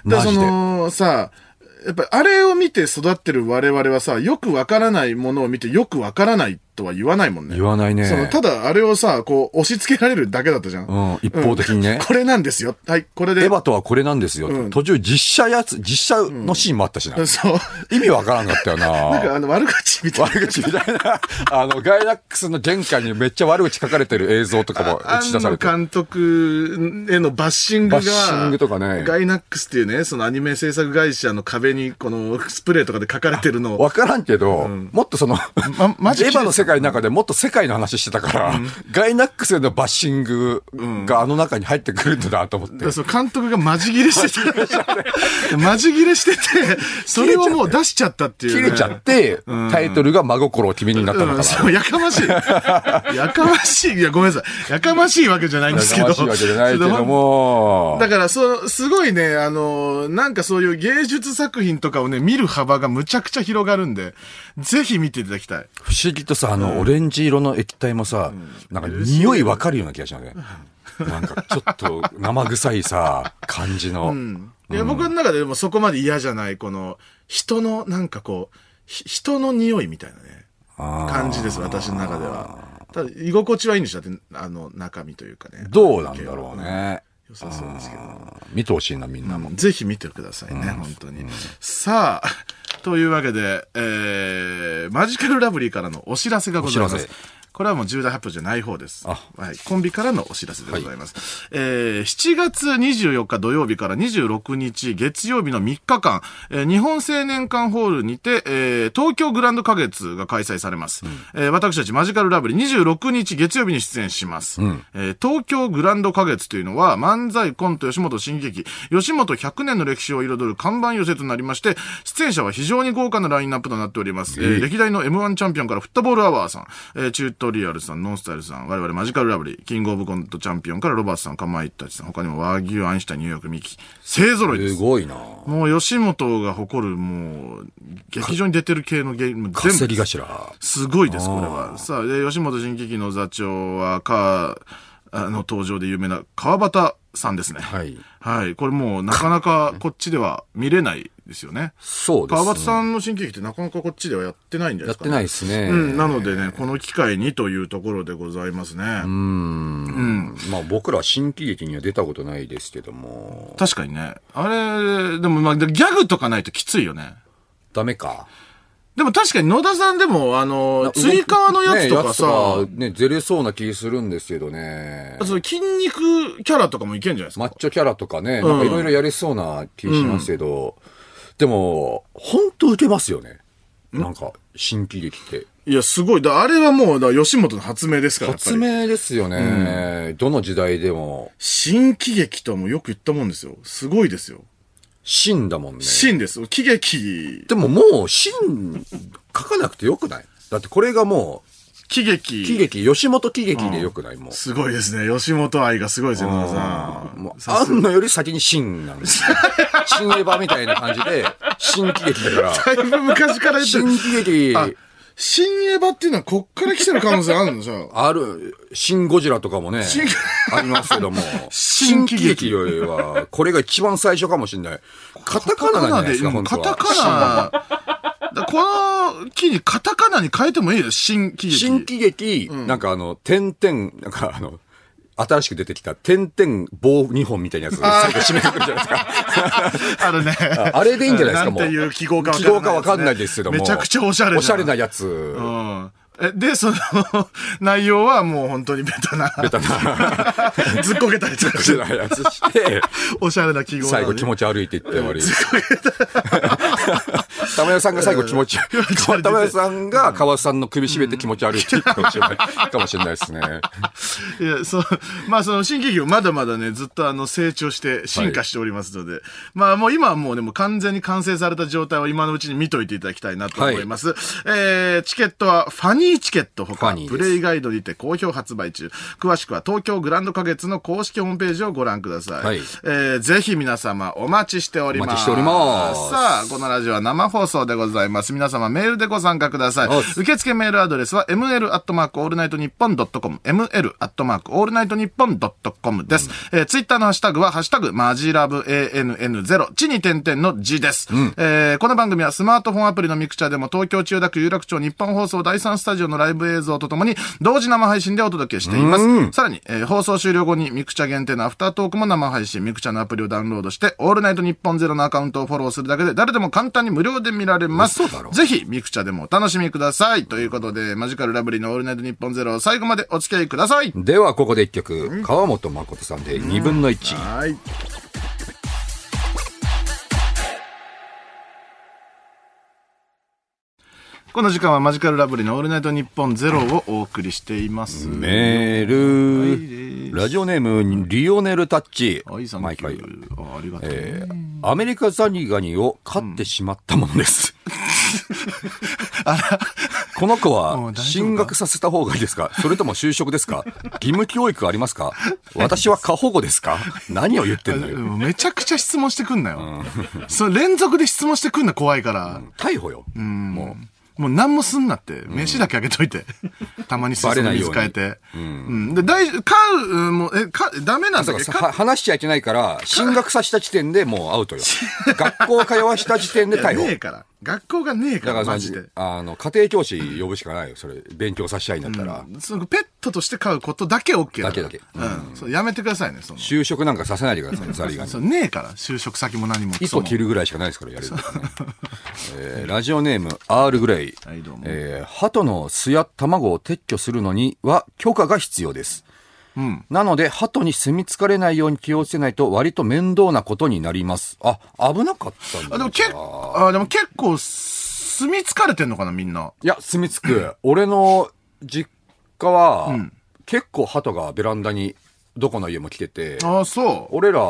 S1: マ
S3: そ
S1: ジで。
S3: の、さ、やっぱりあれを見て育ってる我々はさ、よくわからないものを見てよくわからないとは言わないもんね。
S1: 言わないね
S3: その、ただあれをさ、こう、押し付けられるだけだったじゃん。
S1: うん一方的にね
S3: うん これなんですよ。はい、これで。
S1: エヴァとはこれなんですよ。
S3: うん
S1: 途中実写やつ、実写のシーンもあったしな。
S3: そう。
S1: 意味わからんかったよな。
S3: なんかあの、悪口みたいな。
S1: 悪口みたいな、あの、ガイラックスの玄関にめっちゃ悪口書かれてる映像とかも打ち出されて
S3: 庵野監督へのバッシングが、
S1: バッシングとかね
S3: ガイナックスっていうね、そのアニメ制作会社の壁に、このスプレーとかで書かれてるのを、
S1: わからんけど、もっとその、
S3: まマジ
S1: エ
S3: 切れ
S1: ヴァの世界の中でもっと世界の話してたから、ガイナックスへのバッシングがあの中に入ってくるんだなと思って。
S3: その監督がマジ切れ してて、マジ切れしてて、それをもう出しちゃったっていう、
S1: 切
S3: ね。
S1: れちゃって、タイトルが真心を君になった
S3: う
S1: の
S3: ん、
S1: かな。
S3: そう、やかましい。やかましい。いや、ごめんなさい。やかましいわけじゃないんですけ
S1: や
S3: ど。
S1: かましいわけじゃないけども
S3: だ、から、そう、すごいね、あの、なんかそういう芸術作品とかをね、見る幅がむちゃくちゃ広がるんで、ぜひ見ていただきたい。
S1: 不思議とさ、あの、オレンジ色の液体もさ、なんか匂いわかるような気がしないね。なんかちょっと生臭いさ、感じの。
S3: いや、僕の中ででもそこまで嫌じゃない、この、人の、なんかこう、ひ人の匂いみたいなね、
S1: あー
S3: 感じです、私の中では。ただ、居心地はいいんでしょだって、あの、中身というかね。
S1: どうなんだろうね。
S3: 良さそうですけど。
S1: 見てほしいな、みんなも。
S3: ぜひ見てくださいね、本当に。さあ、 というわけで、えー、マジカルラブリーからのお知らせがございま
S1: お知
S3: す
S1: ら。
S3: これはもう重大発表じゃない方です。
S1: あ
S3: はい。コンビからのお知らせでございます。えー、7月24日土曜日から26日月曜日の3日間、えー日本青年館ホールにて、えー東京グランド花月が開催されます。えー私たちマジカルラブリー26日月曜日に出演します。えー東京グランド花月というのは漫才コント吉本新喜劇、吉本100年の歴史を彩る看板寄せとなりまして、出演者は非常に豪華なラインナップとなっております。えー歴代の M1 チャンピオンからフットボールアワーさん、えーチュートリアルさん、ノンスタイルさん、我々マジカルラブリー、キングオブコントチャンピオンからロバートさん、かまいたちさん、他にも和牛、アインシュタイン、ニューヨーク、ミキ、勢揃いです
S1: す。ごいな。
S3: もう吉本が誇るもう、劇場に出てる系のゲーム
S1: カセ
S3: 全
S1: リ
S3: 部、
S1: 頭。
S3: すごいです、これは。さあ、で、吉本新喜劇の座長は、か、あの、登場で有名な川端さんですね。
S1: はい。
S3: はい。これもう、なかなかこっちでは見れないですよね。
S1: そうですね。
S3: 川端さんの新喜劇ってなかなかこっちではやってないんじゃないで
S1: やっ
S3: すか、
S1: てないですね。
S3: うん、なのでね、この機会にというところでございますね。
S1: まあ僕らは新喜劇には出たことないですけども。
S3: 確かにね。あれ、でもまあ、ギャグとかないときついよね。
S1: ダメか。
S3: でも確かに野田さんでも、あの、つり革のやつとかさ、
S1: ね、ね、ずれそうな気するんですけどね。
S3: その筋肉キャラとかもいけんじゃないです
S1: マ
S3: か
S1: ッ。チョキャラとかね、なんかいろいろやれそうな気しますけど、でも、ほんと受けますよね。なんか、新喜劇って。
S3: いや、すごい。だあれはもう、だ吉本の発明ですから、やっぱり
S1: 発明ですよね。どの時代でも、
S3: 新喜劇とはもうよく言ったもんですよ。すごいですよ。
S1: 真だもんね。
S3: 新です。喜劇、
S1: でももう、真、書かなくてよくないだってこれがも
S3: 喜劇。
S1: う、喜劇、吉本喜劇でよくない、もう。
S3: すごいですね。吉本愛がすごいですよ、野田さん。
S1: もう、あんのより先に真なんです よ。新エヴァみたいな感じで、新喜劇だ から、
S3: だいぶ昔から言って
S1: 新
S3: る。
S1: 喜劇、
S3: あ、新エヴァっていうのはこっから来てる可能性あるのじゃあ。
S1: ある、シン・ゴジラとかもね
S3: シン、
S1: ありますけども、
S3: 新
S1: 新
S3: 喜
S1: 喜
S3: 劇
S1: 劇よりは、これが一番最初かもしれない。カタカナなんじゃないですか、
S3: うん
S1: 本当
S3: カ
S1: は。
S3: タカナ。だこの木にカタカナに変えてもいいです。新喜劇。
S1: 新喜劇、なんかあの、点々、なんかあの、新しく出てきた、点々棒2本みたいなやつ、最後締めくくるじ ゃないですか。
S3: あ るね。
S1: ああれでいいんじゃないですか、
S3: ん
S1: もう。
S3: ていう記号かわかん
S1: 記
S3: ない、
S1: 号かわかんないですけども。
S3: めちゃくちゃおしゃれ
S1: おしゃれな
S3: や
S1: やつ。
S3: うん。え、で、その、 内容はもう本当にベタな。
S1: ベタな、
S3: ずっこけたりとか
S1: お
S3: し
S1: しゃ
S3: て。
S1: れなやつ して、
S3: おしゃれな記号な
S1: 最
S3: の
S1: 後
S3: に
S1: 気持ち悪いって言って終わり。 玉代さんが最後気持ち 悪い。玉代さんが川瀬さんの首絞めて気持ち悪いって言ったかもしれない。かもしれな いですね。
S3: いや、そう、まあその新劇場まだまだね、ずっとあの成長して進化しておりますので、まあもう今はもうでも完全に完成された状態を今のうちに見といていただきたいなと思います。えー、チケットはファニーチケットほ
S1: ファ
S3: か
S1: ニーで
S3: プ
S1: す
S3: レイガイドにて好評発売中。詳しくは東京グランド花月の公式ホームページをご覧ください。
S1: はい
S3: えー、ぜひ皆様お待ちしております。
S1: お待ちしております
S3: さあ、このラジオは生放送でございます。皆様メールでご参加ください。
S1: おっす
S3: 受付メールアドレスは ml アットマークオールナイトニッポンドットコム ml アットマークオールナイトニッポンドットコムです。えツイッター Twitter のハッシュタグはハッシュタグマジラブ ANN0 地に点々の字です、えーこの番組はスマートフォンアプリのミクチャでも東京千代田区有楽町日本放送第3スタジオのライブ映像とともに同時生配信でお届けしています。さらに、えー放送終了後にミクチャ限定のアフタートークも生配信ミクチャのアプリをダウンロードしてオールナイトニッポンゼロのアカウントをフォローするだけで誰でも簡単に無料で見られます。
S1: 嘘だろ
S3: ぜひ、ミクチャでもお楽しみください。ということで、マジカルラブリーのオールナイトニッポンゼロ、最後までお付き合いください。
S1: では、ここで一曲。川本誠さんで2分の1。
S3: はい。この時間はマジカルラブリーのオールナイトニッポンゼロをお送りしています。
S1: メール、ラジオネーム、リオネルタッチ
S3: はい、。サン
S1: 毎
S3: キュ
S1: 回。
S3: ー。あありがとう、
S1: えーアメリカザリガニを飼ってしまったものです。この子
S3: もう大丈
S1: は
S3: 夫か
S1: 進学させた方がいいですかそれとも就職ですか義務教育ありますか私は過保護ですか何を言ってんの
S3: で
S1: よ。
S3: もめちゃくちゃ質問してくんなよ。それ連続で質問してくんな怖いから。
S1: 逮捕よ。も
S3: もう何もすんなって。飯だけあげとい て。たまにす
S1: バレ
S3: の
S1: ない
S3: 水
S1: ように
S3: 変えて。うん。で、大丈夫、かう、うんもう、え、か、ダメなん
S1: う。
S3: だ
S1: だか
S3: っ
S1: ら
S3: け
S1: さ
S3: か
S1: は話しちゃいけないから、進学させた時点でもうアウトよ。学校通わした時点で逮 捕
S3: ね。えから。学校がねえか、
S1: だからら
S3: マ
S1: そ
S3: ジ
S1: の
S3: で。
S1: あの、家庭教師呼ぶしかないよ。それ、勉強させちゃいんだったら。
S3: そのペットとして飼うことだけ OK
S1: だけだけ
S3: うん。そうやめてくださいね、その。
S1: 就職なんかさせないでください、ザリガニ。
S3: そうねえから、就職先も何も。
S1: 一個切
S3: る。
S1: るぐらいしかないですから、やれることね。えーラジオネーム、R グレイ。
S3: はいどうも
S1: えー鳩の巣や卵を撤去するのには許可が必要です。なので、鳩に住み着かれないように気をつけないと割と面倒なことになります。あ、危なかったんだ。
S3: あ、でも結構、あ、でも結構、住み着かれてんのかな、みんな。
S1: いや、住み着く。俺の実家は、結構鳩がベランダに、どこの家も来てて、
S3: あ、そう。
S1: 俺ら、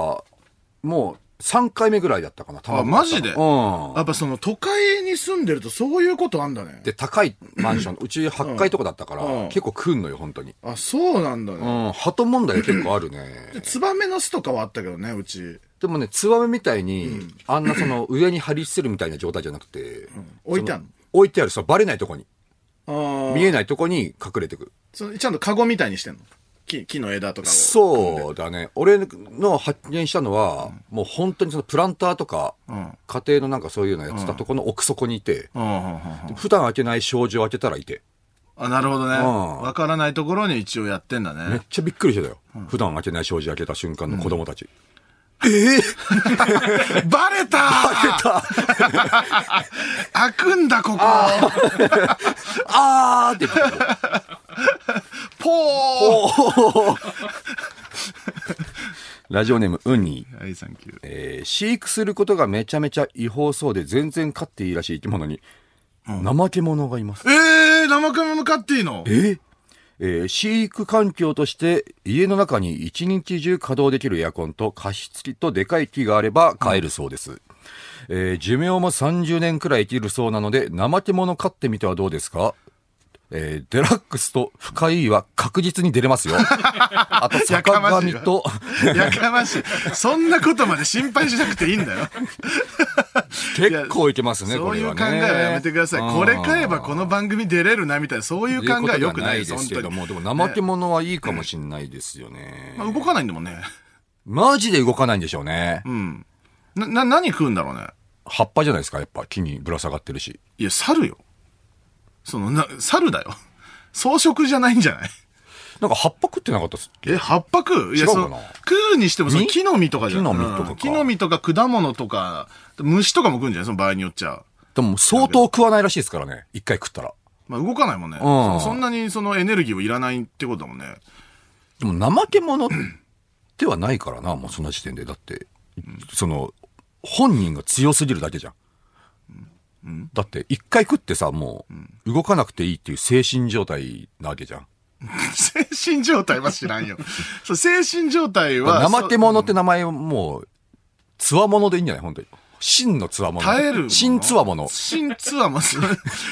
S1: もう3回目ぐらいだったかな、卵
S3: あマジで
S1: うん。
S3: やっぱその都会に住んでるとそういうことあんだね。
S1: で、高いマンション、うち8階とかだったから、
S3: うん
S1: 結構食うんのよ、本当に。
S3: あ、そうなんだ
S1: う
S3: ね。
S1: ん、鳩問題結構あるね。
S3: ツバメの巣とかはあったけどね、うち。
S1: でもね、ツバメみたいに、あんなその上に張り捨てるみたいな状態じゃなくて、
S3: 置いてあんの
S1: 置いてある、そう、バレないとこに、
S3: ああ。
S1: 見えないとこに隠れてくる。
S3: そのちゃんとカゴみたいにしてんの木木の枝とかを。
S1: そうだね。俺の発見したのは、もう本当にそのプランターとか、
S3: ん
S1: 家庭のなんかそういうのやってたとこの奥底にいて、
S3: うんうんうんうん。
S1: 普段開けない障子を開けたらいて、
S3: あ、なるほどね。
S1: ん
S3: わからないところに一応やってんだ
S1: めっ
S3: ね。
S1: ちゃびっくりしてたよ。普段開けない障子開けた瞬間の子供たち。
S3: バレたバレた 開くんだ、ここ
S1: あーって言ってた
S3: ポー
S1: ラジオネーム、ウニ。
S3: はい、サンキュー。
S1: えー飼育することがめちゃめちゃ違法そうで全然飼っていいらしい生き物に、怠け者がいます。
S3: えー、生首も飼っていいの
S1: ええー飼育環境として家の中に一日中稼働できるエアコンと加湿器とでかい木があれば飼えるそうです。えー寿命も30年くらい生きるそうなので怠け者飼ってみてはどうですかえーデラックスと深いは確実に出れま すよ。あと
S3: やか
S1: 坂
S3: ましい
S1: 上
S3: わ
S1: と、
S3: やかましい。そんなことまで心配しなくていいんだよ。
S1: 結構いけますね、
S3: そ
S1: こ
S3: う
S1: れ
S3: いう
S1: はね。
S3: 考えはやめてください。これ買えばこ
S1: の
S3: の番組出れるなみたいな、そういう考え良くないで
S1: で
S3: す、
S1: す
S3: 本
S1: け
S3: 当
S1: ど
S3: に。
S1: も、でも怠け者はいいかもしれないですよね。
S3: まあ、動かないんだもんね。
S1: マジで動かないんでしょうね。
S3: うん。な、な、何食うんだろうね。
S1: 葉っぱじゃないですか、やっぱ木にぶら下がってるし。
S3: いや、猿よ。その、な、猿だよ。 草食じゃないんじゃない
S1: なんか葉っぱ食ってなかったっす。
S3: え、葉っぱ食ういや、
S1: 違う
S3: そ
S1: かな
S3: の、食うにしても、その
S1: 実
S3: 木の実とかじゃん
S1: 木の実とかか
S3: うん木の実とか果物とか、虫とかも食うんじゃないその場合によっちゃ。
S1: でも相当食わないらしいですからね、一回食ったら。
S3: まあ、動かないもんね。
S1: ん
S3: そそんなにそのエネルギーをいらないってことだもんね。
S1: でも怠け者ではないからな、もうその時点で。だって、その、本人が強すぎるだけじゃん。だって、一回食ってさ、もう、動かなくていいっていう精神状態なわけじゃん。
S3: 精神状態は知らん よ。そう精神状態は。
S1: 生手物って名前もう、つわものでいいんじゃない本当に。真のつわもの。
S3: 耐えるもの。
S1: 真つわもの。
S3: 新つわもの。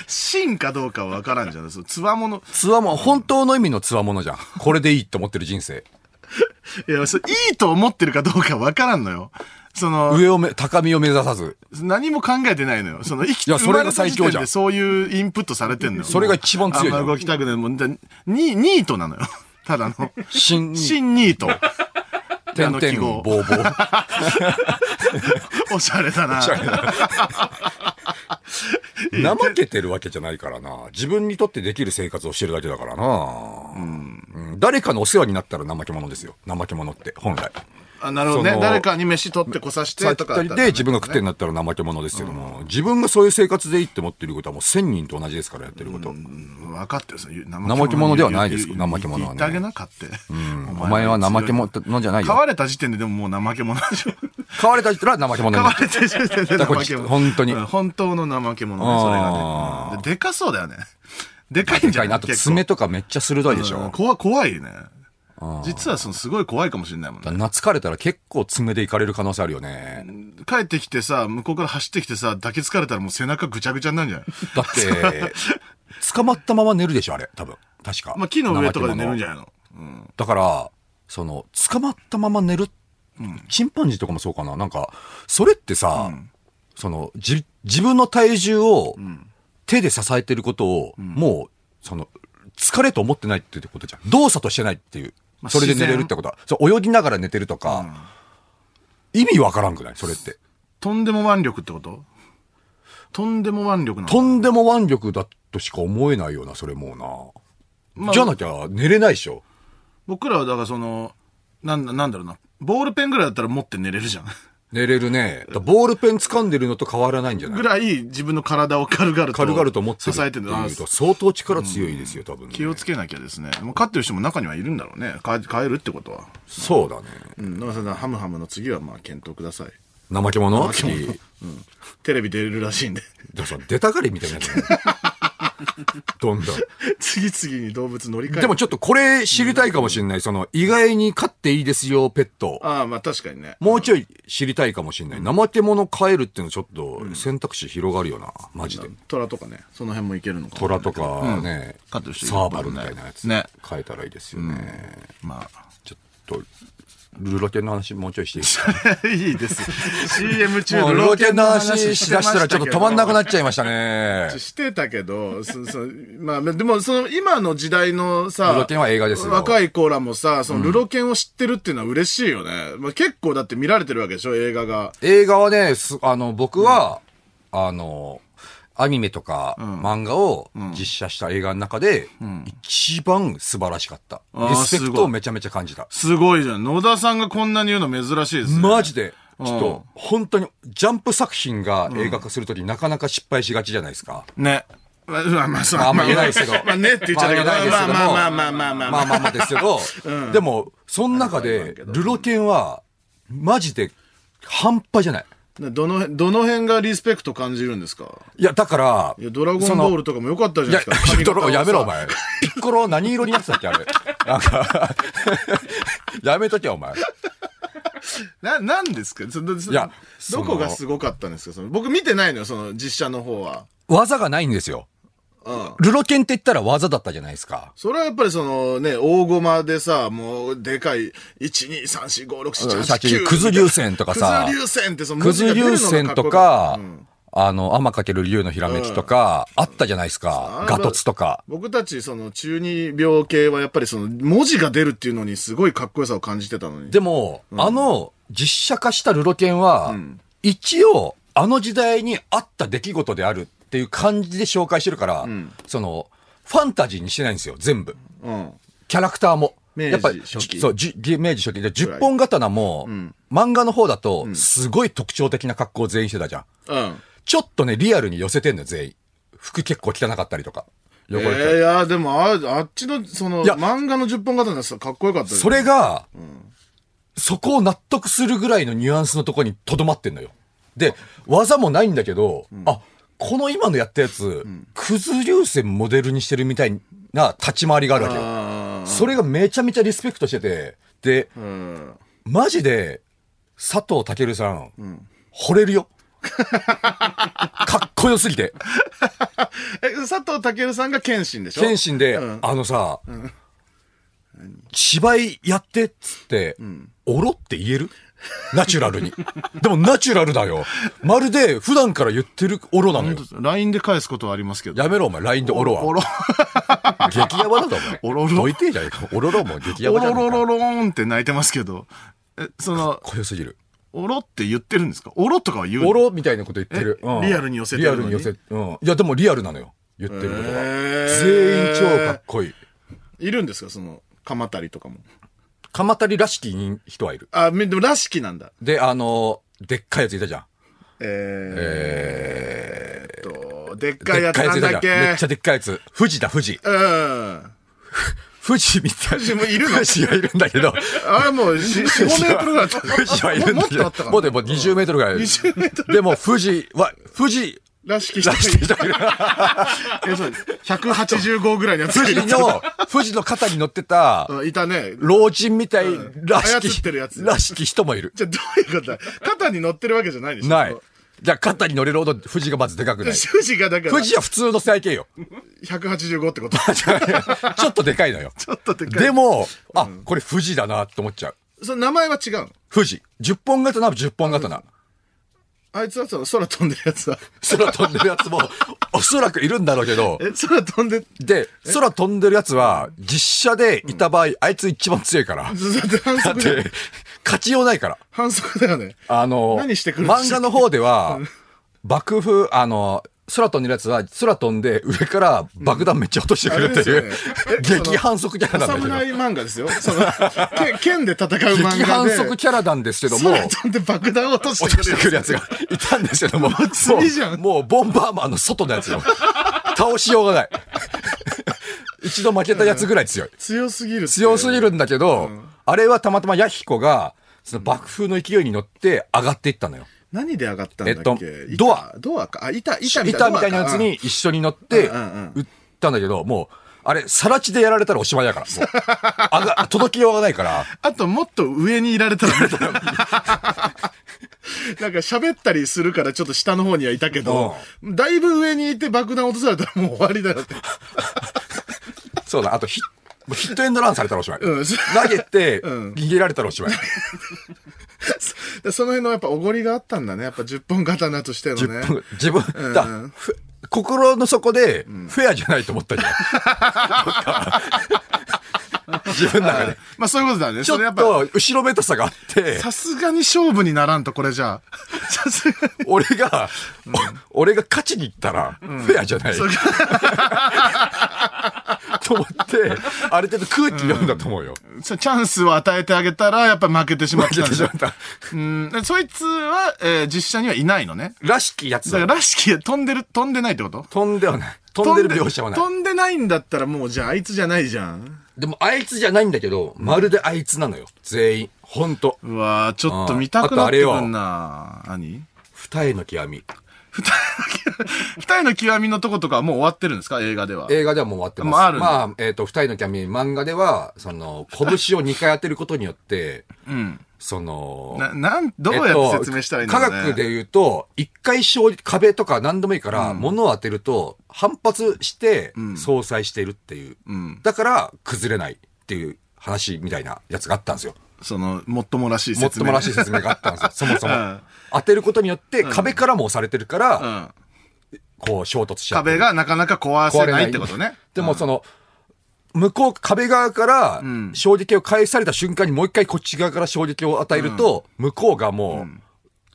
S3: 真かどうかは分からんじゃないそうつわもの。
S1: つわもの、本当の意味のつわものじゃん。これでいいって思ってる人生。
S3: いや、そういいと思ってるかどうか分からんのよ。その、
S1: 上をめ、高みを目指 さず。
S3: 何も考えてないのよ。その、生き
S1: いやそれが最強じゃ
S3: 生まれた
S1: ん
S3: 時点でそういうインプットされてんのよ。
S1: それが一番強いじゃん
S3: あんま動きたくない。もう、だニニートなのよ。 ただの。
S1: 真、
S3: 新ニー ト。
S1: て
S3: あ
S1: ん
S3: の
S1: て
S3: 記
S1: ん、ぼ
S3: 号
S1: うぼう。
S3: おしゃれだな。
S1: 怠けてるわけじゃないからな。自分にとってできる生活をしてるだけだからな。うん誰かのお世話になったら怠け者ですよ。怠け者って、本来。
S3: あなるほど
S1: そ
S3: ね。
S1: の
S3: 誰かに飯取ってこさしてとかだったらね。
S1: で自分が食ってんだったら怠け者ですけども、自分がそういう生活でいいって思ってることはもう千人と同じですからやってること。
S3: 分かってるさ
S1: 怠け者ではないです怠け者は
S3: 言
S1: ね
S3: ってあげなかって、
S1: お前は怠け者じゃない
S3: 買わ
S1: よ。
S3: れた時点ででももう怠け者でしょ
S1: 買われた人は怠け者
S3: 買
S1: にな
S3: わ
S1: る。
S3: れた時点で 怠
S1: だからこ
S3: け
S1: れ
S3: 者
S1: 本当に
S3: うん本当の怠け者ねそれが
S1: あ
S3: ねうんででかそうだよねでかいん
S1: で
S3: じゃ
S1: かい
S3: な
S1: ないあと爪とかめっちゃ鋭いでし
S3: うん
S1: ょ。
S3: 怖怖いね実はそのすごい怖いかもしれないもんね
S1: 懐かれたら結構爪でいかれる可能性あるよね。
S3: 帰ってきてさ向こうから走ってきてさ抱きつかれたらもう背中ぐちゃぐちゃになるんじゃない
S1: だ って、捕まったまま寝るでしょ、あれ。多分。確か。
S3: まあ木の上とかで寝るんじゃ
S1: ない
S3: ないのうん
S1: だから、その、捕まったまま寝る、チンパンジーとかもそうかな。なんか、それってさ、その、じ、自分の体重を手で支えてることを、もう、その、疲れと思ってないっていうことじゃん。動作としてないっていう
S3: ま。あ
S1: それで寝れるってことは。そう泳ぎながら寝てるとか、意味わからんくないそれって。
S3: とんでも腕力ってこととんでも腕力なの
S1: とんでも腕力だとしか思えないような、それもうな。
S3: まあ
S1: じゃなきゃ寝れないでしょ。
S3: 僕らはだからそのなんだなんだろうなボールペンぐらいだったら持って寝れるじゃん
S1: 寝れるね。だからボールペン掴んでるのと変わらないんじゃない
S3: ぐらい自分の体を軽々と
S1: 軽々と持ってる
S3: 支えてる
S1: っていう
S3: あ
S1: と相当力強いですよ、多分ね、
S3: 気をつけなきゃですねもう飼ってる人も中にはいるんだろうね飼飼えるってことは
S1: そうだね
S3: うん野田さんハムハムの次はまあ検討ください
S1: 怠け者
S3: け者
S1: 次
S3: テレビ出れるらしいんで
S1: でもさ出たがりみたいなやつね どんどん
S3: 次々に動物乗り換え
S1: でもちょっとこれ知りたいかもしれないその意外に飼っていいですよペット
S3: ああまあ確かにね
S1: もうちょい知りたいかもしれない怠け者飼えるっていうのちょっと選択肢広がるよなマジで
S3: 虎とかねその辺もいけるのかも
S1: 虎とかね、
S3: 飼ってる人いっぱいい
S1: サ
S3: るね
S1: ーバルみたいなやつ
S3: ね
S1: 飼えたらいいですよね、
S3: まあ
S1: ちょっとルロケンの話もうちょいしていいですか
S3: いいです CM 中
S1: もうロケの話し
S3: し
S1: だしたらちょっと止まんなくな
S3: っ
S1: っちゃいましたね。
S3: してたけど、そそまあ、でも、その、今の時代のさ、
S1: ルロケンは映画ですよ
S3: 若い子らもさ、その、ルロケンを知ってるっていうのは嬉しいよね。まあ、結構だって見られてるわけでしょ、映画が。
S1: 映画はね、すあの、僕は、あの、アニメとか漫画を実写した映画の中で、一番素晴らしかった。
S3: あー
S1: リスペ
S3: す
S1: ク
S3: ご
S1: ト
S3: い
S1: をめちゃめちゃ感じた。
S3: すごいじゃん。野田さんがこんなに言うの珍しいですね。
S1: マジで、
S3: う
S1: ち
S3: ん
S1: ょっと、本当に、ジャンプ作品が映画化するときなかなか失敗しがちじゃないですか。
S3: ね。まあ、まあ、まあ、そう
S1: まああんま言えないですけど。
S3: まあ、ねって言っちゃったけど、
S1: まあ言えないですけども
S3: まあ、まあ、まあ、まあ、まあ、
S1: まあまあまあですけど、でも、その中で、ルロケンは、マジで、半端じゃない。
S3: どの、どの辺がリスペクト感じるんですか
S1: いや、だから、
S3: いや、ドラゴンボ
S1: その
S3: ールとかも良かったじ
S1: い
S3: ゃな
S1: や
S3: いですか。、
S1: ドラゴンやめろ、お
S3: 前
S1: 前。ピッコロ何色になってたっけ、あれ。なんか、 やめとけ、お前。
S3: な、なんですかそのそ
S1: いや
S3: ど
S1: そ
S3: こ
S1: の
S3: がすごかったんですかその僕見てないのよ、その実写の方は。
S1: 技がないんですよ。
S3: うん。
S1: ルロケンって言ったら技だったじゃないですか。
S3: それはやっぱりそのね、大駒でさ、もうでかい、1、2、3、4、5、6、7、
S1: さっ
S3: 8、
S1: き、
S3: 9。
S1: クズ流線とかさ
S3: クズ、流線ってその
S1: ク
S3: 文字
S1: ズ
S3: が出るの
S1: 流
S3: が
S1: 線
S3: っこよ
S1: と
S3: かった
S1: か
S3: うん、
S1: あの、天かける竜のひらめきとか、あったじゃないです
S3: あ
S1: か。
S3: れ
S1: ガトツとか。
S3: 僕たちその中二病系はやっぱりその文字が出るっていうのにすごいかっこよさを感じてたのに。
S1: でも、あの、実写化したルロケンは、一応、あの時代にあった出来事であるっていう感じで紹介してるから、その、ファンタジーにしてないんですよ、全部。
S3: うん。
S1: キャラクターも。
S3: 明治
S1: やっぱ
S3: 初期
S1: そう、じ明治初期で、十本刀も、漫画の方だと、すごい特徴的な格好を全員してたじゃん。
S3: うん。
S1: ちょっとね、リアルに寄せてんのよ、全員。服結構汚かったりとか。
S3: え
S1: 汚れてたりとか
S3: ー、いや、でもあ、あっちの、その、
S1: いや
S3: 漫画の10本型のやつかっこよかったです
S1: それが、そこを納得するぐらいのニュアンスのとこにとどまってんのよ。で、技もないんだけど、あ、この今のやったやつ、クズ流星モデルにしてるみたいな立ち回りがあるわけよ。
S3: あ
S1: それがめちゃめちゃリスペクトしてて、で、
S3: ーうん
S1: マジで、佐藤健さん、惚れるよ。 かっこよすぎて。
S3: え佐藤健さんが謙信でしょ
S1: 謙信で、
S3: うん
S1: あのさ、芝居やってっつって、おろって言えるナチュラルに。 でもナチュラルだよ。まるで普段から言ってるおろなのよ。
S3: LINE で返すことはありますけど
S1: やめろ、お前。LINE でおろは。
S3: おろ
S1: 激ヤバだぞ、お
S3: お
S1: 前。
S3: ろろ
S1: どいてえじゃねえか。おろろも激ヤ
S3: お
S1: バじゃ
S3: ろ
S1: ねえ
S3: ろ
S1: か。
S3: ろろーんって泣いてますけどえその
S1: こよすぎる。
S3: おろって言ってるんですかおろとかは言うの
S1: おろみたいなこと言ってる。
S3: えリアルに寄せてるのに
S1: リアルに寄せうん。いや、でもリアルなのよ。言ってることが。
S3: へー
S1: 全員超かっこいい。
S3: いるんですかその鎌足りとかも
S1: 鎌足りらしき人はいる。
S3: あめでもらしきなんだ
S1: で、あの、でっかいやついたじゃん。
S3: えー、えっとでっかい
S1: でっ
S3: やつ
S1: かいや
S3: な
S1: つ
S3: ん
S1: いた
S3: だっ
S1: じゃん。め
S3: け
S1: っちゃでっかいやつ。富士だ、富士。
S3: うん
S1: 富士みたいな。
S3: 士もいるの
S1: 富士はいるんだけど。
S3: あれもう4、5メートルぐらいあった。
S1: 富士はいるんだ
S3: もっ
S1: けど。
S3: とあったか
S1: もうでも20メートルぐらいある。
S3: 20メート
S1: でも富士は、富士
S3: ルらしき人
S1: ら
S3: がい
S1: しき
S3: る。
S1: 人がいる。
S3: えそうです185ぐらいのやつ
S1: 富
S3: がいる
S1: 士の、富士の肩に乗ってた、
S3: うんいたね。
S1: 老人みたいらし
S3: 操っ
S1: き
S3: てるや、つ
S1: らしき人もいる。
S3: じゃあどういうことだ肩に乗ってるわけじゃないでしょ
S1: ない。じゃあ肩に乗れるほど富士がまずでかくない。
S3: 富士がだから
S1: 富士は普通の体型よ。
S3: 185ってこと
S1: ちょっとでかいのよ。
S3: ちょっとでかい。
S1: でも、あ、これ富士だなって思っちゃう。
S3: その名前は違うの
S1: 富士。10本刀、10本刀。
S3: あいつはその空飛んでるやつは。
S1: 空飛んでるやつも、おそらくいるんだろうけど
S3: え、、空飛んで、
S1: で、空飛んでるやつは、実写でいた場合、あいつ一番強いから。
S3: ずっと反
S1: だっ
S3: 則だよ。
S1: て、勝ちようないから。
S3: 反則だよね。
S1: あの、
S3: 何してくる
S1: 漫画の方では、爆風、あの、空飛んでるやつは、空飛んで、上から爆弾めっちゃ落としてくるってい
S3: あれ
S1: う
S3: ですよね、えその
S1: 激反則キャ
S3: お
S1: ラなんだけ
S3: 侍漫画ですよ。その、け剣で戦う漫
S1: ど、
S3: 画で。
S1: 激反則キャラなんですけども、
S3: 空飛んで爆弾を落として
S1: 落と
S3: く
S1: し
S3: る
S1: て
S3: やつ
S1: くるや つがいたんですけども、も
S3: 釣りじゃ
S1: うんもうボンバーマンの外のやつよ。倒しようがない。 一度負けたやつぐらい強い。
S3: 強すぎるっていう。
S1: 強すぎるんだけど、あれはたまたまヤヒコが、その爆風の勢いに乗って上がっていったのよ。
S3: 何で上がったんだっけ、
S1: えっと
S3: 板
S1: ドア
S3: ドアか。あ、板、板みたいな。
S1: 板みたいなやつに一緒に乗って、
S3: うんうんうん
S1: 売ったんだけど、もう、あれ、さら地でやられたらおしまいだから。もうあが、届きようがないから、
S3: あともっと上にいられたら、なん か喋ったりするからちょっと下の方にはいたけど、だいぶ上にいて爆弾落とされたらもう終わりだ よって。
S1: そうだ、あとヒッ、もうヒットエンドランされたらおしまい。
S3: うん
S1: 投げて、
S3: うん
S1: 逃げられたらおしまい。
S3: でその辺のやっぱおごりがあったんだね。やっぱ10本刀としての
S1: 10
S3: ね。
S1: 分、自分、
S3: ん
S1: だふ心の底で、フェアじゃないと思ったじゃ ん。自分の中で。
S3: まあそういうことだね。
S1: ちょ
S3: それや
S1: っ
S3: っぱ、
S1: と、後ろめたさがあって、
S3: さすがに勝負にならんと、これじゃあ。さす がに。
S1: 俺が、お俺が勝ちに行ったら、フェアじゃない。と思って、ある程度空気読んだと思うよ。
S3: そうチャンスを与えてあげたら、やっぱ負けてしまっ たんだ
S1: 負けてしまった
S3: うん。でそいつは、えー実写にはいないのね。
S1: らしきやつ
S3: だか
S1: だ。
S3: ら、らしき、飛んでる、飛んでないってこと
S1: 飛んではない。飛んでる描写はない。
S3: 飛んでないんだったらもう、じゃあ、あいつじゃないじゃん。
S1: でも、あいつじゃないんだけど、まるであいつなのよ。全員。ほんと。
S3: うわーちょっと見たくなってくんな何
S1: 二重の極み。
S3: 二重の極みのとことかはもう終わってるんですか映画では。
S1: 映画ではもう終わってます。
S3: もうあるんだ
S1: まあ、えっ、と、二重の極み、漫画では、その、拳を二回当てることによって、
S3: うん。
S1: その、
S3: な、なん、どうやって説明したらいいんだろうね。
S1: えっと科学で言うと、一回勝利、壁とか何でもいいから、物を当てると、反発して、相殺しているっていう、
S3: ん
S1: だから、崩れないっていう話みたいなやつがあったんですよ。
S3: その、もっともらしい説明。
S1: もっともらしい説明があったんですよ、そもそも。
S3: うん
S1: 当てることによって、壁からも押されてるから、
S3: うん。
S1: こう、衝突しちゃう。
S3: 壁がなかなか壊せないってことね。
S1: でもその、向こう、壁側から
S3: ん
S1: 衝撃を返された瞬間にもう一回こっち側から衝撃を与えると、向こうがも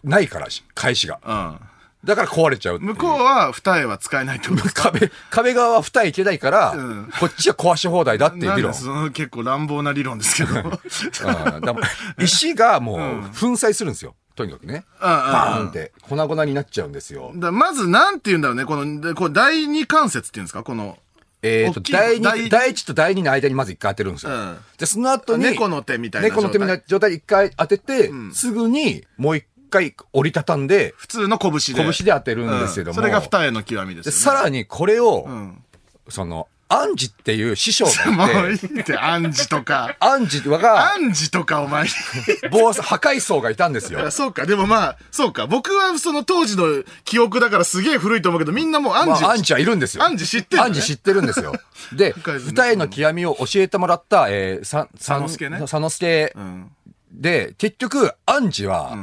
S1: う、ないからし、返しが。
S3: うん。
S1: だから壊れちゃうってい
S3: 向こうは二重は使えないってことですか
S1: 壁、壁側は二重いけないから、
S3: うん
S1: こっちは壊し放題だっていう
S3: な
S1: 理
S3: ん
S1: 論
S3: で。その結構乱暴な理論ですけ ど。うんうんうん
S1: うんだから石がもう粉砕するんですよ。とにかくね。バーンって粉々になっちゃうんですよ。
S3: だからまず、なんて言うんだろうね。この、でこう第二関節っていうんですかこの、
S1: えっと、
S3: 大きい
S1: 第
S3: 第
S1: 二、第一と第二の間にまず一回当てるんですよ。
S3: うん
S1: で、その後に、
S3: 猫の手みたいな状
S1: 猫
S3: 態
S1: の手みたいな状態で一回当てて、すぐにもう一回折りたたんで、
S3: 普通の拳で。
S1: 拳で当てるんですけども
S3: うそれが二重の極みです
S1: で、
S3: よね。
S1: さらにこれを、
S3: うん。
S1: その、アンジっていう師匠
S3: も
S1: が
S3: うい
S1: いて、
S3: いって、アンジとか。
S1: アンジが
S3: ア、ンジとかお前。
S1: 暴走破壊層がいたんですよ
S3: あ。そうか、でもまあ、そうか、僕はその当時の記憶だからすげえ古いと思うけど、みんなもうアン
S1: ま
S3: ジ、
S1: あ、アンジはいるんですよ。
S3: アンジ知ってるのね
S1: アンジ知ってるんですよ。で、
S3: 深いですね
S1: 二重の極みを教えてもらった、えー、さ、さ
S3: 佐之助ね
S1: 佐之助
S3: うん。
S1: で、結局、アンジは、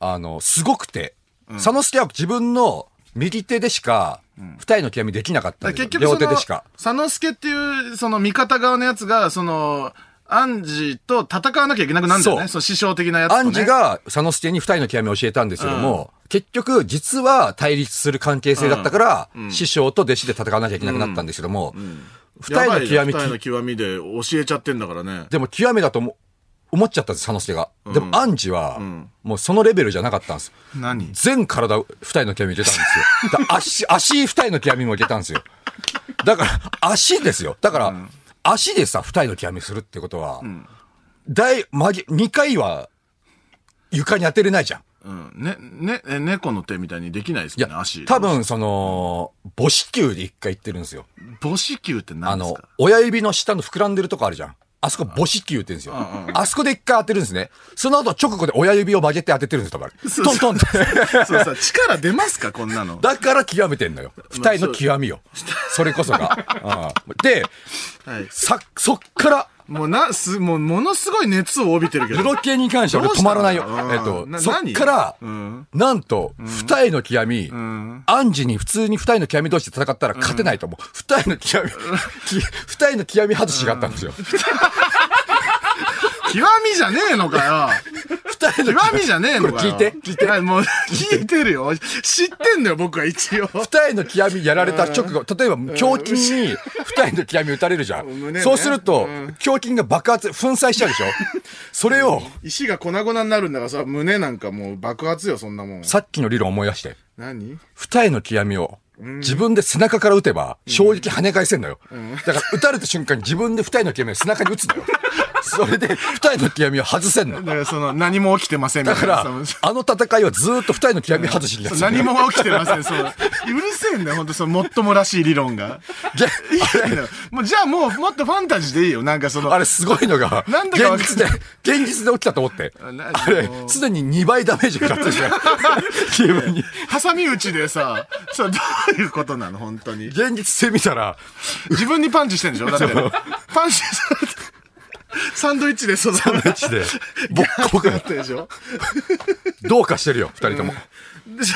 S1: あの、すごくて、佐之助は自分の右手でしか、二重の極みできなかったん
S3: だから
S1: ですよ
S3: 結局そ
S1: 両
S3: の、
S1: 手でしか。
S3: 佐之助っていう、その味方側のやつが、その、アンジと戦わなきゃいけなくなるんだよ
S1: そ
S3: ね。
S1: う
S3: そう、師匠的なやつと、ね。
S1: アンジ、が佐之助に二重の極みを教えたんですけども、結局、実は対立する関係性だったから、師匠と弟子で戦わなきゃいけなくなったんですけども、二重の極み
S3: 二重の極みで教えちゃってんだからね。
S1: でも極めだと思思っちゃったんです、佐之助が。でも、アンジは、もうそのレベルじゃなかったんです。
S3: 何
S1: 全体二重の極みいけたん ですよ。だから足、足二重の極みもいけたんですよ。だから、足ですよ。だから、足でさ、二重の極みするってことは、大、まげ、二回は、床に当てれないじゃん。
S3: うん。ね、ね、え猫の手みたいにできないです
S1: い
S3: かね、
S1: や
S3: 足。、
S1: 多。分、その、母子球で一回言ってるんですよ。
S3: 母子球って
S1: あ
S3: 何です
S1: の
S3: か、
S1: 親指の下の膨らんでるとこあるじゃん。あそこ母子球って言うんですよ。あそこで一回当てるんですね。その後直後で親指を曲げて当ててるんですよ、多分。トントンって。
S3: そうさ、力出ますか、こんなの。
S1: だから極めてんのよ。
S3: まあ
S1: 二人の極みよ。それこそが。 うんで、
S3: はい。
S1: さ、そっから、
S3: もうな、す、もう、ものすごい熱を帯びてるけど。
S1: プロ系に関しては俺止まらないよ
S3: どうした。の
S1: えっと
S3: な、
S1: そっから
S3: 何うん、
S1: なんと、二重の極み、アンジに普通に二重の極み同士で戦ったら勝てないと思う。二重の極み、き二重の極み外しがあったんですよ。
S3: 極みじゃねえのかよ。
S1: 二重の極
S3: 極みじゃねえの
S1: こ
S3: か
S1: れ
S3: よ。
S1: 聞いて、聞いて。
S3: はいもう、聞いてるよ。知ってんのよ、僕は一応。
S1: 二重の極みやられた直後、例えば胸筋に二重の極み打たれるじゃ
S3: 胸ね
S1: ん。そうすると、胸筋が爆発、粉砕しちゃうでしょそれを、
S3: 石が粉々になるんだからさ、胸なんかもう爆発よ、そんなもん。
S1: さっきの理論思い出して、
S3: 何
S1: 二重の極みを、自分で背中から打てば、衝撃跳ね返せんのよ。だから、打たれた瞬間に自分で二重の極みを背中に打つ のよ。それで、二重の極みを外せんの。
S3: だからその、何も起きてませんみ
S1: だ
S3: た
S1: か
S3: いな
S1: ら
S3: さ。、
S1: あの戦いはずーっと二重の極み外しになってた
S3: 何も起きてません、そう。うるせえんだよ、ほんと、その、もっともらしい理論が。
S1: で
S3: いやもう、じゃあもう、もっとファンタジーでいいよ、なんかその。
S1: あれすごいのが、
S3: なんだかわかんない
S1: 現実で、現実で起きたと思って。
S3: な
S1: あれ、すでに2倍ダメージ食らってる じゃん。気分に。
S3: 挟み撃ちでさ、そう、どういうことなの、本当に。
S1: 現実性見たら、
S3: 自分にパンチしてんでしょだって。パンチされて、サンドイッチで、その、
S1: マジで、ボッコボコ
S3: だ ったでしょ
S1: どうかしてるよ、二人とも。
S3: でし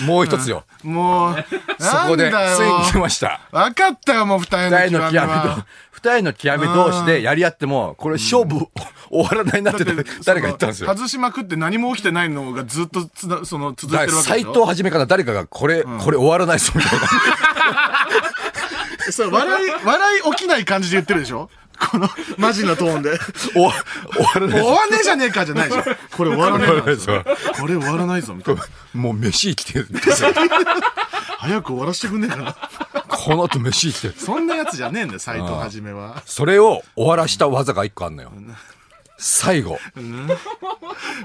S1: で、もう一つよ。
S3: ょもう、
S1: そこで、つ
S3: なんだよ
S1: いに来ました。
S3: 分かったよ、もう二重の
S1: 二重
S3: 極
S1: の
S3: み
S1: 極みと
S3: は。、
S1: 二重の極み同士でやり合っても、これ勝負終わらないなって誰が言ったんですよ。
S3: 外しまくって何も起きてないのがずっとつな、その、続いて
S1: だ
S3: る
S1: か
S3: わ
S1: ら
S3: けで
S1: 斎
S3: しょ
S1: 藤はじめから誰かがこれ、これ終わらないぞみ たいな。
S3: そう、 笑い、笑い起きない感じで言ってるでしょこの、マジなトーンで。
S1: 終わ終わらない
S3: 終
S1: ぞ。
S3: わんねえじゃねえかじゃないでしょ。これ終わらねえなんですよ
S1: 終わら
S3: これ終わらないぞ、みたいな。
S1: もう飯生きてる。
S3: 早く終わらしてくんねえかな。
S1: この後飯生きてる。
S3: そんなやつじゃねえんだよ、斎藤はじめは。
S1: それを終わらした技が一個あんのよ。最後。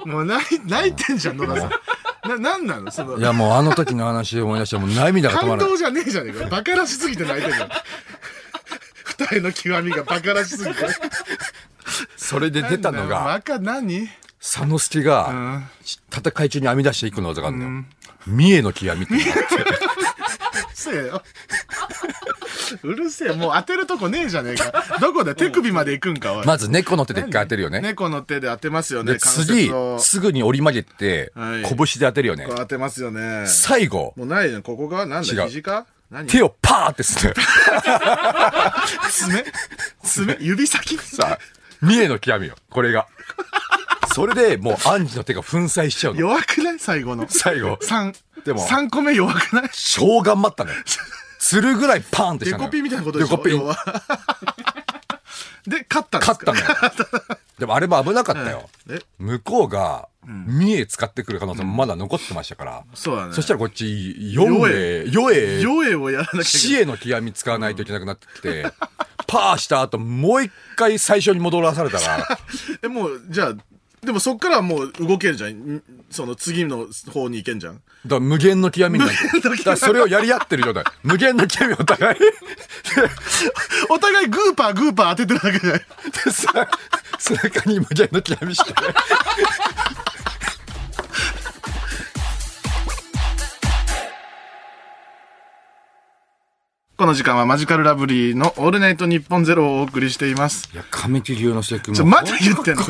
S3: もう泣い、泣いてんじゃん、野田さ ん。な、なんなのその
S1: い、やもうあの時の話で思い出してもう涙が止
S3: 感
S1: まらない
S3: 動。じゃねえじゃねえか。バカらしすぎて泣いてんじゃん。二重の極みがバカらしすぎて。
S1: それで出たのが、
S3: バカ何
S1: 佐之助が戦い中に編み出していくの技があるのよ。三重の極みっていうのがあっ
S3: う
S1: て。
S3: るせえよ。 うるせえ。もう当てるとこねえじゃねえか。どこで手首まで行くんか、おい。
S1: まず猫の手で一回当てるよね。
S3: 猫の手で当てますよね。
S1: で、
S3: 関節
S1: 次
S3: を、
S1: すぐに折り曲げて、
S3: はい
S1: 拳で当てるよね
S3: こ。う当てますよね。
S1: 最後、
S3: もうないじゃん。ここがなん
S1: 違
S3: だ
S1: う
S3: 肘か何
S1: 手をパーってする。
S3: 爪爪 指先
S1: さあ、三重の極みよ。これが。それでもうアンジの手が粉砕しちゃうの。
S3: 弱くない最後の。
S1: 最後。
S3: 三
S1: でも
S3: 三個目弱くない
S1: 超頑張ったね。つるぐらいパーンってし
S3: デ
S1: たの
S3: コ
S1: よ。
S3: ピンみたいなことでしょ
S1: デコピン
S3: 要は で、勝ったんです
S1: 勝っ
S3: か
S1: たのよ。でもあれも危なかったよ
S3: うんえ。
S1: 向こうが、三重使ってくる可能性もまだ残ってましたから。
S3: そうだね
S1: そしたらこっち、四へ、四へ、
S3: ヨエをやらなきゃい
S1: 四への極み使わないといけなくなってきて、パーした後、もう一回最初に戻らされた ら、
S3: けない。え、もう、じゃあ、でもそっからはもう動けるじゃんん。その次の方に行けんじゃん。
S1: だから無限の極みになる。だからそれをやり合ってる状態。無限の極みお互い。
S3: お互いグーパーグーパー当ててるだけじゃない。
S1: で、さ、背中に無限の極みして。
S3: この時間はマジカルラブリーのオールナイトニッポンゼロをお送りしています。
S1: いや、神木隆之介君
S3: ちょ、まだ言ってんの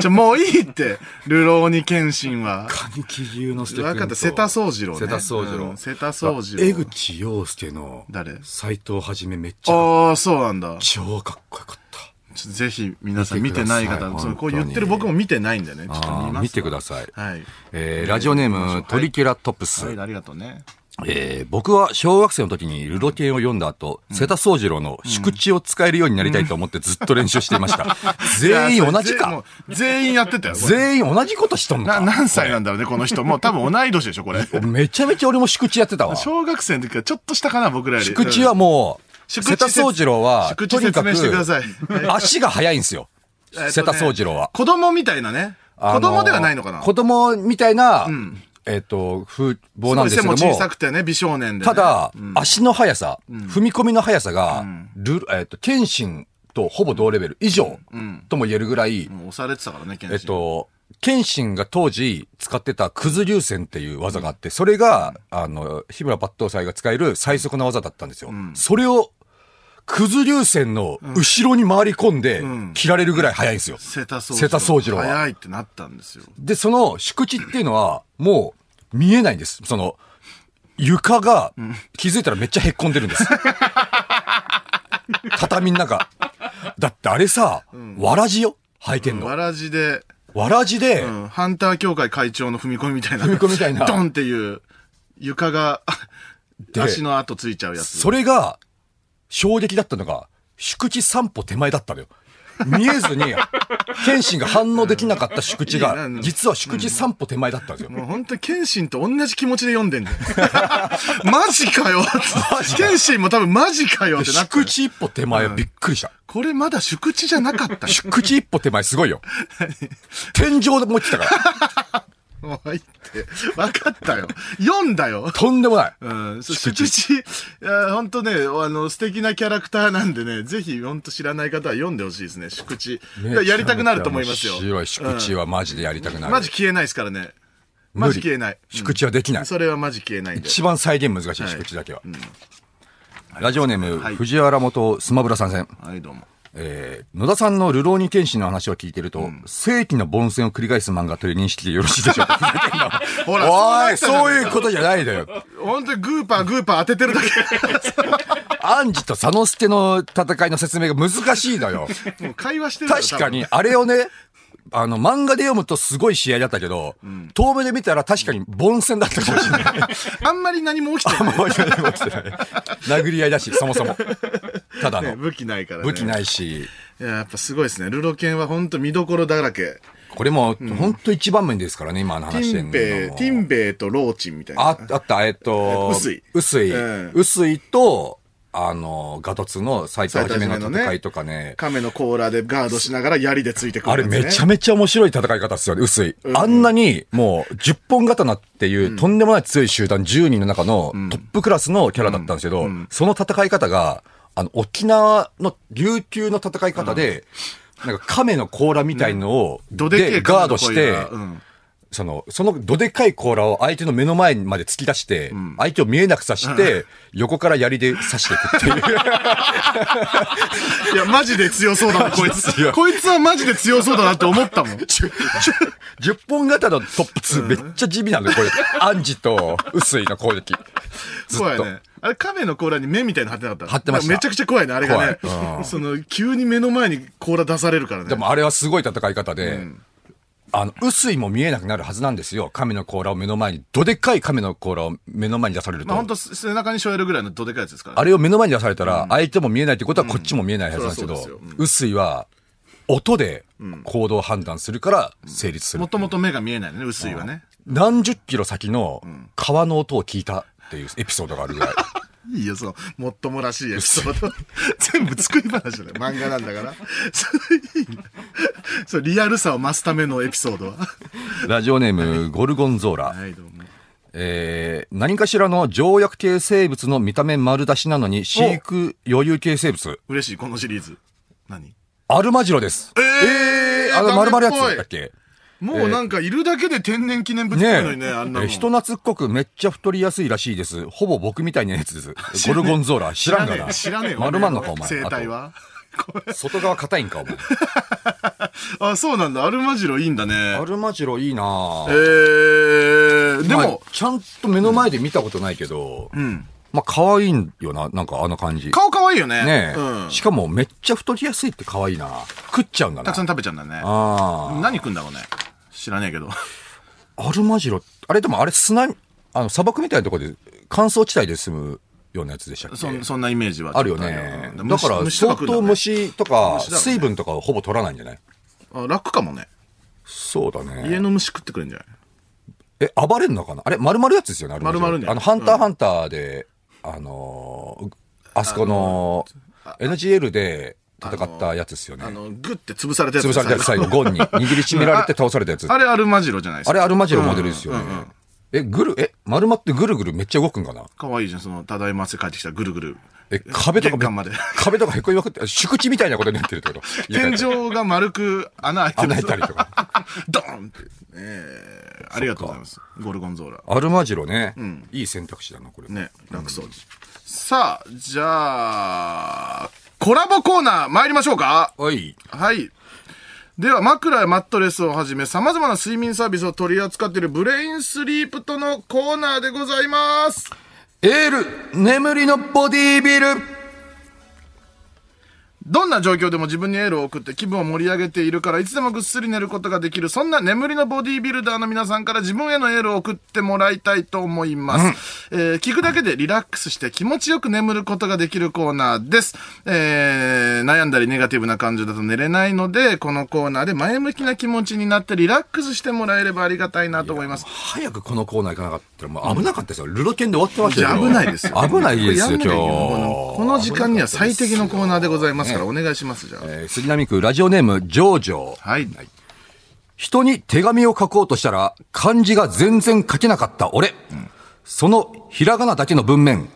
S3: ちょ、もういいって。ルローニケンシンは。
S1: 神木隆之介君と。
S3: 分かった、瀬田宗次郎ね。
S1: 瀬田宗次
S3: う
S1: 郎。
S3: ん瀬田宗次郎。
S1: 江口洋介の。
S3: 誰
S1: 斎藤はじめめっちゃ、
S3: ああ、そうなんだ。
S1: 超かっこよかった。
S3: ちょぜひ皆さん見てない
S1: 見てくださ
S3: 方、
S1: い
S3: そのこう
S1: 本当に
S3: 言ってる僕も見てないんでね。ちょっと見
S1: あ
S3: ます
S1: ー
S3: わ
S1: 見てください。
S3: はい。
S1: えーラジオネーム、トリケラトプス。
S3: はい、ありがとうね。
S1: えー僕は小学生の時にルロケンを読んだ後、瀬田宗次郎の宿地を使えるようになりたいと思ってずっと練習していました。全員同
S3: い
S1: じ
S3: や
S1: か。。
S3: それぜもう全員やってたよ。これ
S1: 全員同じことしとんの
S3: な、
S1: か。
S3: 何歳なんだろうね、この人。もう多分同い年でしょ、こ れ。
S1: めちゃめちゃ俺も宿地やってたわ。
S3: 小学生の時はちょっとしたかな、僕らより。
S1: 宿地はもう、
S3: 宿地
S1: 瀬田宗次郎は、
S3: 宿地
S1: とにか
S3: 説明してください
S1: く、足が速いんですよ。
S3: えっとね
S1: 瀬田宗次郎は。
S3: 子供みたいなね。子供ではないのか
S1: あ
S3: な。
S1: 子供みたいな、えっと、風貌なんですけども。
S3: 背も小さくてね、美少年でね。
S1: ただ、足の速さ、踏み込みの速さが、ルえっ、と、謙信とほぼ同レベル以上とも言えるぐらい、
S3: もう押されてたからね、剣
S1: えっ
S3: 心。
S1: と、謙信が当時使ってたクズ流線っていう技があって、それが、あの、日村抜刀斎が使える最速な技だったんですよ。それを、クズ流線の後ろに回り込んで、切られるぐらい速いんですよ。
S3: 瀬田宗
S1: 瀬田宗次郎は
S3: 早いってなったんですよ。
S1: で、その宿地っていうのは、もう見えないんです。その、床が、気づいたらめっちゃへっこんでるんです。 畳の中。だってあれさ、わらじよ履いてんの。
S3: わらじで、
S1: わらじで、
S3: うんハンター協会会長の踏み込みみたいな。
S1: 踏み込みみたいな
S3: ドンっていう、床が、
S1: で
S3: 足の跡ついちゃうやつ。
S1: それが、衝撃だったのが、宿地三歩手前だったのよ。見え ずに、謙信が反応できなかった宿地
S3: いい
S1: が
S3: な、
S1: 実は宿地三歩手前だったんですよ。
S3: もう本当に謙信と同じ気持ちで読んでんじゃん。 マジかよ謙信も多分マジかよってなって
S1: 宿。地一歩手前はびっくりした。
S3: これまだ宿地じゃなかったよ。
S1: 口一歩手前すごいよ。天井で持ってたから。
S3: もう入って。分かったよ。読んだよ。
S1: とんで もない。
S3: うん、そう
S1: 宿地
S3: 宿地、いや、本当ね、あの、素敵なキャラクターなんでね、ぜひ、本当知らない方は読んでほしいですね、宿地。やりたくなると思いますよ。
S1: 白い宿地
S3: は、
S1: はマジでやりたくなる。
S3: マジ消えないですからね。
S1: 無理
S3: マジ消えない。
S1: 宿地はできない。
S3: それはマジ消えないんで。
S1: 一番再現難しい、
S3: はい
S1: 宿地だけは。ラジオネーム、
S3: はい
S1: 藤原元スマブラ参戦。
S3: はい、どうも。
S1: えー野田さんのルローニケンシンの話を聞いてると、世紀の凡戦を繰り返す漫画という認識でよろしいでしょうか
S3: ほら
S1: おい、そういうことじゃないだよ。
S3: 本当にグーパー、グーパー当ててるだ
S1: アンジとサノスケの戦いの説明が難しいのよ。
S3: け。もう会話してるよ
S1: 確か。に、あれをね、あの、漫画で読むとすごい試合だったけど、遠目で見たら確かに凡戦だったかもしれない。
S3: 多分あんまり何も起きてない。
S1: もう一回もう一回殴り合いだし、そもそも。ただ
S3: ね
S1: の。
S3: 武器ないからね。。
S1: 武器ないいし、
S3: いや、やっぱすごいですね。ルロケンは本当見どころだらけ。
S1: これも、ほんと一番面ですからね、今の
S3: テ
S1: 話して
S3: ィ
S1: ん
S3: ン
S1: の。
S3: ベイ、ティンベイとローチンみたいな。
S1: あ、あった、えっと、
S3: 薄い
S1: 薄い。
S3: うん
S1: 薄いと、あの、ガトツの斎藤はじめの
S3: 斎藤はじめのね
S1: 戦いとかね。
S3: 亀の甲羅でガードしながら槍でついてくる
S1: あ
S3: やつ
S1: れ
S3: ね、
S1: めちゃめちゃ面白い戦い方っすよね、薄い。あんなに、もう、10本刀っていう、とんでもない強い集団10人の中のトップクラスのキャラだったんですけど、その戦い方が、あの、沖縄の琉球の戦い方で、なんか亀の甲羅みたいのを、
S3: どでけえ
S1: でガードして、
S3: 亀の甲羅うん
S1: その、そのどでかい甲羅を相手の目の前まで突き出して、相手を見えなくさして、横から槍で刺していくっていう。
S3: いや、マジで強そうだな、こいつ
S1: 強い。
S3: こいつはマジで強そうだなって思ったもん。
S1: 10本型のトップ2、めっちゃ地味なんだよ、これ。アンジと薄いの攻撃。ずっ
S3: そうや
S1: と。
S3: ね。あれ、亀の甲羅に目みたいなの貼ってなかった
S1: 貼ってました
S3: めちゃくちゃ怖いね、あれがね
S1: 怖い。
S3: その、急に目の前に甲羅出されるからね。
S1: でもあれはすごい戦い方で、あの、薄いも見えなくなるはずなんですよ。亀の甲羅を目の前に、どでかい亀の甲羅を目の前に出されると。
S3: まあ、ほんと、背中に背負えるぐらいのどでかいやつですから、
S1: あれを目の前に出されたら、相手も見えないってことはこっちも見えないはずなんですけ
S3: そりゃそう
S1: ど
S3: ですよ、
S1: 薄いは、音で行動判断するから成立する
S3: も。ともと目が見えないのね、薄いはね。
S1: 何十キロ先の川の音を聞いたっていうエピソードがあるぐらい。
S3: いいよ、その、も っともらしいエピソード。全部作り話だよ。漫画なんだから。それいいねそう、リアルさを増すためのエピソード は。
S1: ラジオネーム、ゴルゴンゾーラ。
S3: はい、どうも。
S1: えー、何かしらの条約系生物の見た目丸出しなのに、飼育余裕系生物。
S3: 嬉しい、このシリーズ。何
S1: アルマジロです。
S3: え
S1: あの、丸々や
S3: ダ
S1: つ
S3: メ
S1: だ
S3: っ
S1: っけ
S3: ぽいもうなんかいるだけで天然記念物っぽいのにね、あんな
S1: え
S3: の。
S1: 人懐っこくめっちゃ太りやすいらしいです。ほぼ僕みたいなや つです。ゴルゴンゾーラ、知らんがな。
S3: 知らねえよ。
S1: 丸まんのか、お前。
S3: 生態は。
S1: あと外側硬いんか、お前。
S3: あ、そうなんだ。アルマジロいいんだね
S1: ア。ルマジロいいなぁ
S3: えー、で
S1: まあ
S3: も、
S1: ちゃんと目の前で見たことないけど、
S3: ん
S1: まあ、可愛いんよな、なんかあの感じ。
S3: 顔可愛いよね。
S1: ねえ、
S3: うん。
S1: しかもめっちゃ太りやすいって可愛いな。食っちゃうんだな。
S3: たくさん食べちゃうんだね。
S1: あ
S3: 何食うんだろうね。知らねえけど。
S1: あ。アルマジロ、あれでもあれ砂に、あの砂漠みたいなところで乾燥地帯で住むようなやつでしたっ
S3: そん
S1: け
S3: そんなイメージはちょ
S1: あ
S3: っ
S1: る
S3: と
S1: よ
S3: あるよ。
S1: ね。だ
S3: 虫
S1: から
S3: 虫と
S1: 相
S3: か食うんだ
S1: 当
S3: ね
S1: 虫とか
S3: 虫だね
S1: 水分とかをほぼ取らないんじゃない
S3: あ楽かもね。
S1: そうだね。
S3: 家の虫食ってくれんじゃない
S1: え、暴れんのかなあれ、丸々やつですよね、アルマジロ
S3: 丸々ね
S1: あの、ハンターハンターで、あのーあそこの、NGL で戦ったやつですよね
S3: あ。の、グって潰されたやつ。
S1: 潰されたやつ最後、ゴンに握りしめられて倒されたやつ。
S3: あれアルマジロじゃないですか。
S1: あれ、アルマジロモデルですよね
S3: うんうんうん。
S1: え、ぐる、え、丸まってぐるぐるめっちゃ動くんかな
S3: かわいいじゃん、その、ただいま汗帰ってきたぐるぐる。
S1: え、壁とか
S3: 玄関まで
S1: 壁とかへこみまくって、宿地みたいなことになってるってこと
S3: 天井が丸く穴開いて
S1: 穴開いたり と
S3: か。ドーンって。ええありがとうございます。ゴルゴンゾーラ。
S1: アルマジロね。いい選択肢だな、これ。
S3: ね、楽掃除。さあ、じゃあ、コラボコーナー参りましょうか
S1: おい。
S3: はい。では、枕やマットレスをはじめ、様々な睡眠サービスを取り扱っているブレインスリープとのコーナーでございます。
S1: エール、眠りのボディービル。
S3: どんな状況でも自分にエールを送って気分を盛り上げているからいつでもぐっすり寝ることができるそんな眠りのボディービルダーの皆さんから自分へのエールを送ってもらいたいと思います、えー聞くだけでリラックスして気持ちよく眠ることができるコーナーです、えー悩んだりネガティブな感情だと寝れないのでこのコーナーで前向きな気持ちになってリラックスしてもらえればありがたいなと思います
S1: 早くこのコーナー行かなかったら、もう危なかったですよ。ルロケンで終わってま
S3: い
S1: した
S3: や
S1: よ。
S3: 危ないですよ。
S1: 危ない
S3: こ
S1: ですよ、今
S3: れやんなきゃけないこの
S1: 日。
S3: この時間には最適のコーナーでございますから、お願いします、じゃあ。
S1: えー杉並区ラジオネーム、ジョージョー。
S3: はい。
S1: 人に手紙を書こうとしたら、漢字が全然書けなかった俺。そのひらがなだけの文面、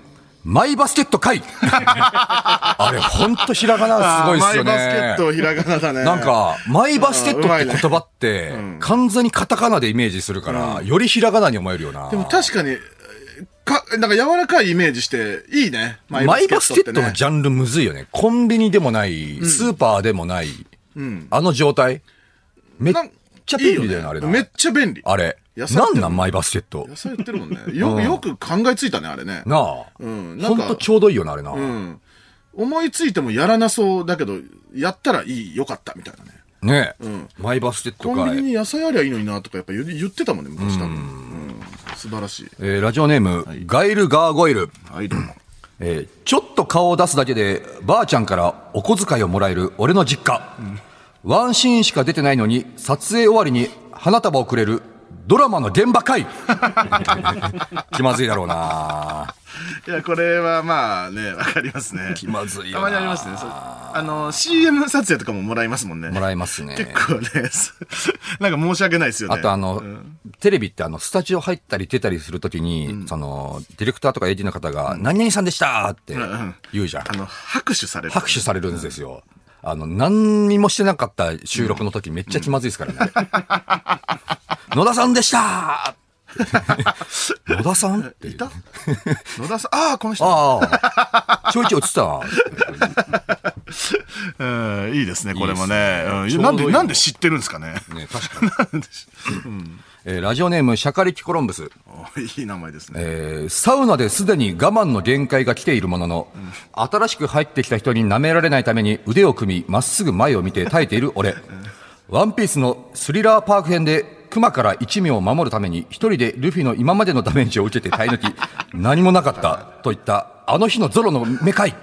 S1: マイバスケット かいあれ、ほんとひらがなすごいっすよね。
S3: あーマイバスケットひらがなだね。
S1: なん、か、マイバスケット
S3: う
S1: っ
S3: ま
S1: て
S3: い
S1: 言
S3: ね
S1: 葉って、完全にカタカナでイメージするから、よりひらがなに思えるよな。
S3: でも確かに、か、なんか柔らかいイメージして、いいね。
S1: マイバスケットの
S3: ね
S1: ジャンルむずいよね。コンビニでもない、スーパーでもない、あの状態。めっ
S3: なん
S1: ちゃ便利だよね、あれな
S3: めっちゃ便利。
S1: あれ。
S3: 野菜売っ
S1: な
S3: て
S1: ん
S3: る
S1: なん、マイバスケット
S3: 野。菜売ってるもんね。よく、よく考えついたね、あれね。
S1: なあ。
S3: うんな
S1: ほ
S3: ん
S1: ん
S3: か
S1: とちょうどいいよな、あれな。
S3: うん。思いついてもやらなそうだけど、やったらいい、よかった、みたいなね。
S1: ねえ、マイバスケット
S3: コン
S1: か
S3: ビ
S1: い。
S3: ニに野菜ありゃいいのになとかやっぱ言言ってたもんね、昔多分。うん。素晴らしい。
S1: えーラジオネーム、ガイル・ガーゴイル。
S3: はい、どうも。
S1: えーちょっと顔を出すだけで、ばあちゃんからお小遣いをもらえる俺の実家。ワンシーンしか出てないのに、撮影終わりに花束をくれる、ドラマの現場 かい気まずいだろうない
S3: や、これはまあね、わかりますね。
S1: 気まずいよな
S3: たまにありますね。そうあの、CM 撮影とかももらいますもんね。
S1: もらいますね。
S3: 結構ね、す なんか申し訳ないですよね。
S1: あとあの、テレビってあの、スタジオ入ったり出たりするときに、その、ディレクターとか AD の方が、何々さんでしたって言うじゃん。
S3: あの、拍手される。
S1: 拍手されるんですよ。あの、何にもしてなかった収録の時めっちゃ気まずいですか らね。野田さんでしたー野田さんって。
S3: いた野田さん、ああ、この人。
S1: ああ、ちょいちょい映ってたな。
S3: うん、いいですね、これもね。
S1: いいです
S3: うん
S1: ね
S3: なん
S1: ちょうどい
S3: で、
S1: いの
S3: なんで知ってるんですかね。
S1: ね、確かに。えーラジオネーム、シャカリキコロンブス。
S3: おいい名前ですね。
S1: えーサウナですでに我慢の限界が来ているものの、新しく入ってきた人に舐められないために腕を組み、まっすぐ前を見て耐えている俺。ワンピースのスリラーパーク編で、熊から一味を守るために、一人でルフィの今までのダメージを受けて耐え抜き、何もなかった、といった、あの日のゾロの目かい。